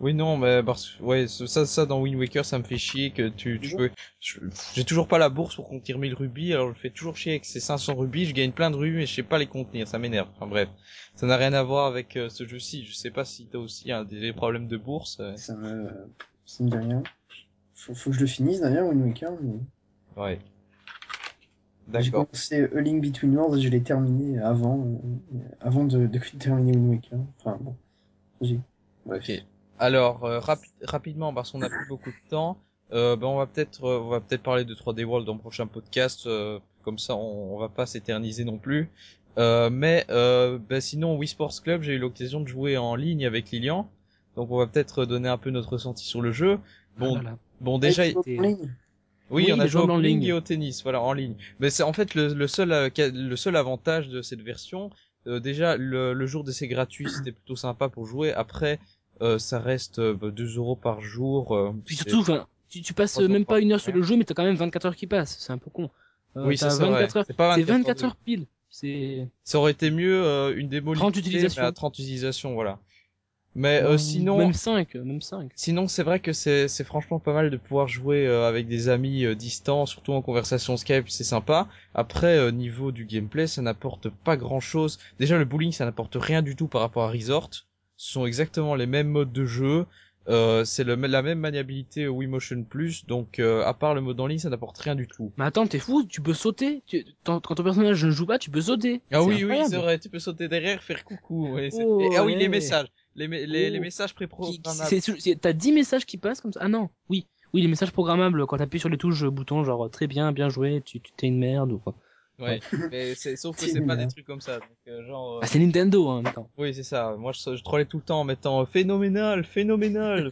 Oui non, mais parce que ouais, ce- ça ça dans Wind Waker, ça me fait chier que tu tu
Toujours.
peux je- pff, j'ai toujours pas la bourse pour contenir 1000 rubis, alors je fais toujours chier avec ces 500 rubis, je gagne plein de rubis mais je sais pas les contenir, ça m'énerve. Enfin bref, ça n'a rien à voir avec euh, ce jeu-ci. Je sais pas si t'as aussi un des des problèmes de bourse. euh,
Ça me. Ça me dit rien. Faut, faut que je le finisse d'ailleurs, Wind Waker. Mais...
Ouais.
J'ai
D'accord.
commencé A Link Between Worlds et je l'ai terminé avant, euh, avant de, de terminer Wind Waker. Enfin bon. J'ai. Bref.
Ok. Alors euh, rapi- rapidement parce qu'on a plus beaucoup de temps, euh, ben on va peut-être euh, on va peut-être parler de 3D World dans le prochain podcast, euh, comme ça on, on va pas s'éterniser non plus. Euh, mais euh, ben sinon Wii Sports Club, j'ai eu l'occasion de jouer en ligne avec Lilian, donc on va peut-être donner un peu notre ressenti sur le jeu. Bon,
Ah là là.
bon déjà
Hey, tu
été-
joues en ligne
oui,
Oui,
on a
les
joué
jeux en
au bowling
ligne.
et au tennis, voilà, en ligne. Mais c'est en fait le, le seul euh, ca- le seul avantage de cette version. euh, déjà, le, le jour d'essai gratuit, c'était plutôt sympa pour jouer. Après, euh, ça reste euh, bah, 2 euros par jour. euh,
Puis
c'est-
surtout, enfin, tu, tu passes
Trois
euh,
jours
même
par
pas une heure sur
semaine.
le jeu, mais t'as quand même 24 heures qui passent. C'est un peu con. Euh,
oui, ça,
t'as
c'est vrai.
24 heures.
C'est pas
C'est
24
24
de-
heures pile. C'est
Ça aurait été mieux euh, une démo
30
limitée, mais
utilisations.
à 30 utilisations, voilà. Mais euh,
Ou
sinon,
même 5, même 5.
Sinon, c'est vrai que c'est c'est franchement pas mal de pouvoir jouer euh, avec des amis euh, distants, surtout en conversation Skype, c'est sympa. Après, euh, niveau du gameplay, ça n'apporte pas grand-chose. Déjà, le bowling, ça n'apporte rien du tout par rapport à Resort. Ce sont exactement les mêmes modes de jeu. Euh, c'est le- la même maniabilité au Wiimotion Plus, donc euh, à part le mode en ligne, ça n'apporte rien du tout.
Mais attends, t'es fou, tu peux sauter. Tu- ton- quand ton personnage ne joue pas, tu peux sauter.
Ah
C'est
oui, oui,
incroyable.
c'est vrai, tu peux sauter derrière, faire coucou. oui, c'est-
Oh,
et, ah oui, les
ouais.
messages. Les, me- les, les
Oh.
messages
Qui- qui-
préprogrammables.
c'est- c'est- c'est- T'as 10 messages qui passent comme ça. Ah non, oui. Oui, les messages programmables, quand t'appuies sur les touches euh, boutons, genre très bien, bien joué, tu tu- t'es une merde ou quoi.
Ouais, mais c'est- sauf que
C'est
c'est pas des
bizarre.
trucs comme ça. Donc, euh, genre, euh,
Ah, c'est Nintendo hein, en même temps.
Oui, c'est ça. Moi, je, je trollais tout le temps en mettant euh, phénoménal, phénoménal.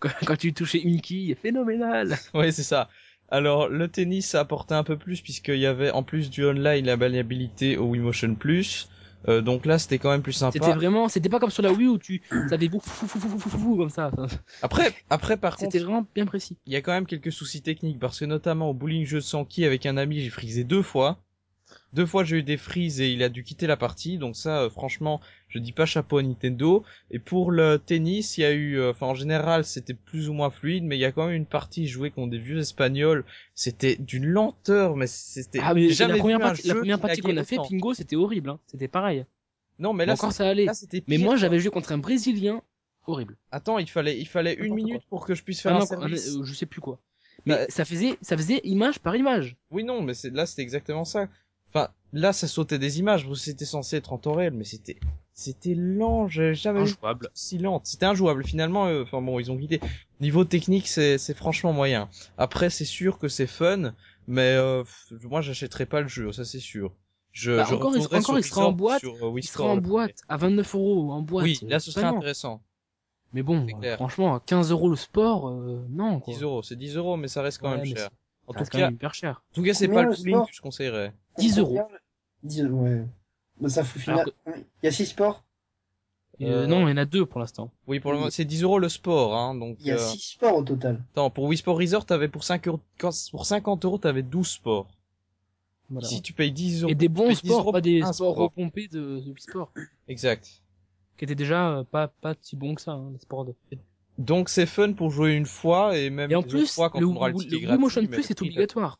Quand, quand tu touchais une quille, phénoménal.
oui, c'est ça. Alors, le tennis, ça apportait un peu plus puisqu'il y avait en plus du online la maniabilité au Wiimotion Plus. Euh, donc là, c'était quand même plus
C'était
sympa.
vraiment, c'était pas comme sur la Wii où tu, ça fait fou fou fou fou fou, fou, fou, fou, comme ça. Enfin,
Après, après, par contre,
C'était vraiment bien précis.
il y a quand même quelques soucis techniques parce que notamment au bowling jeu de Sankey avec un ami, j'ai frisé deux fois. Deux fois j'ai eu des frises et il a dû quitter la partie, donc ça euh, franchement je dis pas chapeau à Nintendo. Et pour le tennis, il y a eu, euh, enfin en général c'était plus ou moins fluide, mais il y a quand même une partie jouée contre des vieux espagnols, c'était d'une lenteur, mais c'était
Ah, mais
j'ai jamais
la première
vu un
partie, la
jeu
première
qui
partie
laguait
qu'on a fait,
autant.
Pingo, c'était horrible, hein. C'était pareil.
Non mais
Mais
là,
encore
c'est-
ça allait.
là, c'était
Mais
pire.
moi, j'avais joué contre un Brésilien, horrible.
attends il fallait il fallait une
N'importe quoi.
minute pour que je puisse faire
Enfin,
un
non,
service.
un- euh, je sais plus quoi. Mais
Bah,
ça faisait, ça faisait image par image.
Oui, non, mais c'est, là, c'était exactement ça. Enfin, là, ça sautait des images, parce que c'était censé être en temps réel, mais c'était, c'était lent, j'ai jamais vu
Injouable.
si lente. C'était injouable, finalement, euh, enfin bon, ils ont quitté. Niveau technique, c'est, c'est franchement moyen. Après, c'est sûr que c'est fun, mais, euh, pff, moi, j'achèterai pas le jeu, ça c'est sûr. Je,
Bah,
je
encore, il-
retournerai
encore,
sur
il sera en
Resort,
boîte,
sur, euh,
Il
Wii
sera
Store,
en
le
boîte, à 29 euros, en boîte.
Oui, là, ce serait
Vraiment.
intéressant.
Mais bon,
c'est
euh,
clair.
franchement, à 15 euros le sport, euh, non, quoi.
10 euros, c'est 10 euros, mais ça reste quand
Ouais,
même
mais
cher. En
Ça
tout
reste quand
cas,
même hyper cher.
en tout cas, c'est
Combien
pas le
le
bowling
sport
que je conseillerais.
10 euros.
10 euros, ouais. Bah, ça fout final.
Alors
Il y a 6 sports
Euh,
Non, il y en a deux pour l'instant.
Oui, pour le moment, c'est 10 euros le sport, hein, donc.
Il y a
euh,
6 sports au total.
Attends, pour Wii Sport Resort, t'avais pour 5 euros, quand- pour 50 euros, t'avais 12 sports.
Voilà.
Si tu payes 10 euros.
Et des
tu
bons
payes 10 euros
sports, pas des
pour un
sports
sport.
repompés de, de Wii Sport,
Exact.
qui étaient déjà euh, pas pas si bons que ça, hein, les sports de.
Donc c'est fun pour jouer une fois et même
Et en
les
plus,
autres fois quand
le,
on aura le
Wii-
ticket
le Wii
gratuit,
Motion
mais le
Plus est
prix, euh,
obligatoire.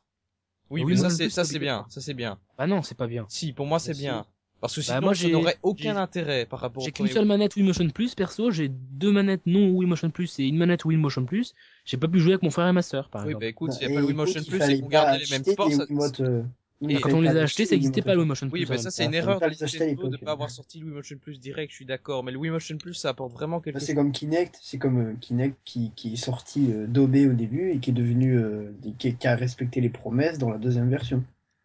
Oui,
Le
mais
Wii
ça
Motion
c'est
Plus
ça
est
c'est bien, ça c'est bien.
Bah non, c'est pas bien.
Si, pour moi c'est
si.
bien. Parce que
Bah,
sinon
moi,
je
j'ai-
n'aurais aucun
j'ai-
intérêt par rapport au
J'ai qu'une
premier.
seule manette Wii Motion Plus, perso, j'ai deux manettes non Wii Motion Plus et une manette Wii Motion Plus. J'ai pas pu jouer avec mon frère et ma sœur, par
Oui,
exemple.
bah écoute, s'il n'y
Ah, Et
a pas le Wii
écoute,
Motion
il
Plus
fallait
et qu'on gardait
pas
les mêmes
acheter
sports,
des
ça...
Wiimote, euh, il
Et
ne
Quand
fallait
on les
pas
a achetés,
acheter
ça
des
n'existait
Wiimote.
pas le Wii Motion Plus. hein.
oui,
en
bah ça
même
c'est
temps.
une
faut
erreur
pas
de
les acheter, les
Nintendo de
codes.
pas avoir sorti le Wii Motion Plus direct, je suis d'accord, mais le Wii Motion Plus ça apporte vraiment quelque
Bah,
chose.
C'est comme Kinect, c'est comme euh, Kinect qui, qui est sorti euh, daubé au début et qui est devenu euh, qui, qui a respecté les promesses dans la deuxième version.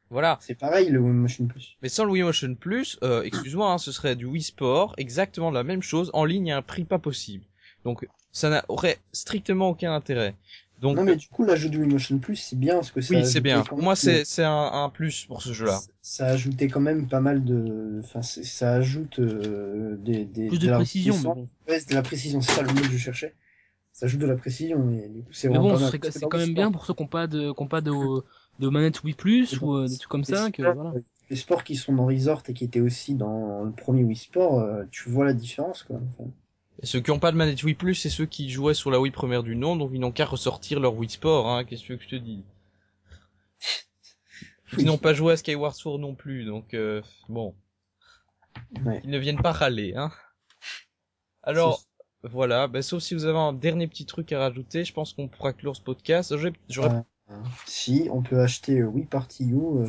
Voilà.
C'est pareil le Wii Motion Plus.
Mais sans le Wii Motion Plus, euh, excuse-moi, hein, ce serait du Wii Sport, exactement la même chose, en ligne à un prix pas possible. Donc ça n'aurait strictement aucun intérêt. Donc euh,
non mais du coup l'ajout du Wii Motion Plus c'est bien parce que ça a
oui, c'est
ajouté
bien.
quand
Pour moi,
même-
c'est c'est un, un plus pour ce jeu-là.
ça a ajouté quand même pas mal de enfin c'est- ça ajoute euh, des, des
Plus de,
la
précision, mais
puissance.
bon.
Ouais, c'est de la précision, c'est ça le mot que je cherchais. Ça ajoute de la précision, et du coup, c'est
Mais
vraiment
bon,
pas
ce
mal.
serait-
Parce que
c'est
dans
quand même
l'histoire,
bien pour ceux qui n'ont pas de, qui ont pas de, de manette Wii Plus
Et
ou
bon,
euh, des trucs comme
les
ça, que
sports,
voilà.
euh, Les sports qui sont dans Resort et qui étaient aussi dans le premier Wii Sport, euh, tu vois la différence, quoi. Enfin,
Et ceux qui n'ont pas de manette Wii Plus, c'est ceux qui jouaient sur la Wii première du nom, donc ils n'ont qu'à ressortir leur Wii Sport. Hein, Qu'est-ce que tu veux que je te dis Ils n'ont pas joué à Skyward Sword non plus, donc euh, bon,
ouais.
ils ne viennent pas râler. Hein. Alors voilà, bah, sauf si vous avez un dernier petit truc à rajouter, je pense qu'on pourra clore ce podcast. J'aurais- J'aurais
Euh, si, on peut acheter euh, Wii Party U euh,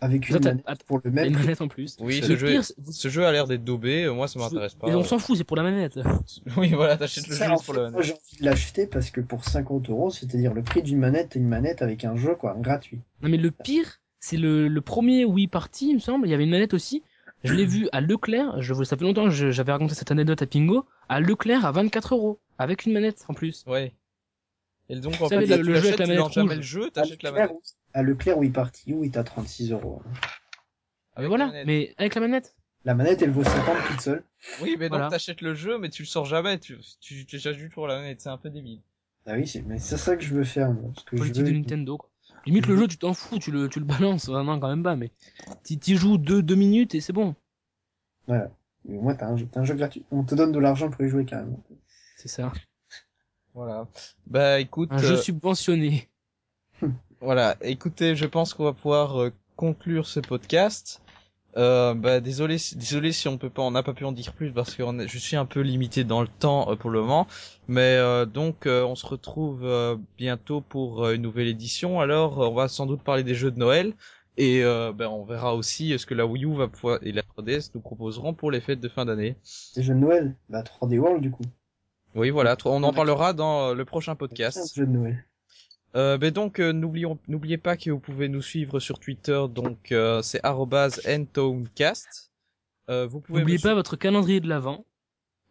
avec
Là,
une
t'as-
manette
ah,
pour le
Une
même prix.
manette en plus.
oui,
le
ce
le
jeu,
pire, c'est- vous-
ce jeu a l'air d'être daubé. euh, Moi, ça m'intéresse pas.
Mais on s'en fout, c'est pour la manette.
Oui, voilà, t'achètes le E jeu
Ça, en
juste pour
fait,
la
Moi,
manette.
j'ai envie de l'acheter parce que pour 50 euros, c'est-à-dire le prix d'une manette et une manette avec un jeu, quoi, gratuit.
Non mais le pire, c'est le, le premier Wii Party, il me semble. Il y avait une manette aussi. Je l'ai vu à Leclerc. Je, vous- ça fait longtemps que je- j'avais raconté cette anecdote à Pingo. À Leclerc à 24 euros. Avec une manette en plus.
Ouais. Et donc, en
Vous
fait,
savez,
là,
le-
tu
le jeu avec
l'achètes,
la
tu
manette
lances jamais
rouge. Ah,
le jeu,
À
t'achètes la manette.
Leclerc, à Leclerc, Wii Party U est à 36 euros.
Mais
Avec la
voilà,
manette.
mais avec la manette.
La manette, elle vaut 50 toute seule.
Oui, mais donc
Voilà.
t'achètes le jeu, mais tu le sors jamais, tu, tu, tu achètes juste pour la manette, c'est un peu débile.
Ah oui, c'est mais c'est ça que je veux faire. moi, parce que je
Politique de
veux-
Nintendo. Quoi. Limite
Mm-hmm.
le jeu, tu t'en fous, tu le, tu le balances vraiment quand même pas, mais t'y t'y joues deux, deux minutes et c'est bon.
Voilà. Mais au moins, t'as un, jeu- t'as un jeu gratuit. On te donne de l'argent pour y jouer carrément.
C'est ça.
Voilà. Bah écoute,
Un jeu
euh,
subventionné.
voilà, écoutez, je pense qu'on va pouvoir euh, conclure ce podcast. Euh, bah désolé, si- désolé si on peut pas, on n'a pas pu en dire plus parce que on est- je suis un peu limité dans le temps euh, pour le moment. Mais euh, donc euh, on se retrouve euh, bientôt pour euh, une nouvelle édition. Alors euh, on va sans doute parler des jeux de Noël et euh, ben, on verra aussi euh, ce que la Wii U va pouvoir et la 3DS nous proposeront pour les fêtes de fin d'année.
C'est jeu de Noël. Bah, 3D World, du coup.
Oui, voilà, toi, on en
D'accord.
parlera dans euh, le prochain
C'est un
podcast.
jeu de Noël.
Euh, ben donc, euh, n'oublions- n'oubliez pas que vous pouvez nous suivre sur Twitter, donc euh, c'est arrobase ntonecast. Euh, vous pouvez
N'oubliez
me
pas
suivre-
votre calendrier de l'avant,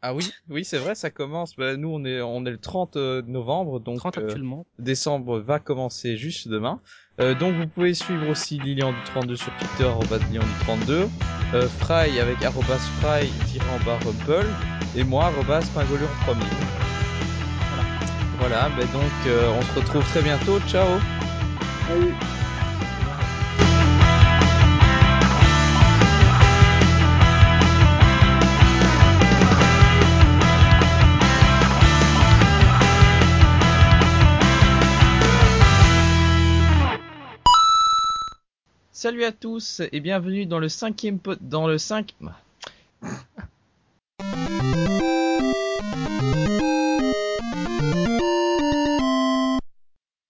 Ah oui, oui, c'est vrai, ça commence. Ben, nous, on est, on est le 30 euh, novembre, donc
30
euh,
actuellement.
décembre va commencer juste demain. Euh, donc, vous pouvez suivre aussi Lilian du 32 sur Twitter, arrobase Lilian du 32, euh, Fry avec arrobase Fry tiré en bas Rumble, et moi, arrobase Pingolure en premier. Voilà, ben donc, euh, on se retrouve très bientôt. Ciao
Salut.
Salut à tous et bienvenue dans le cinquième pot... dans le 5...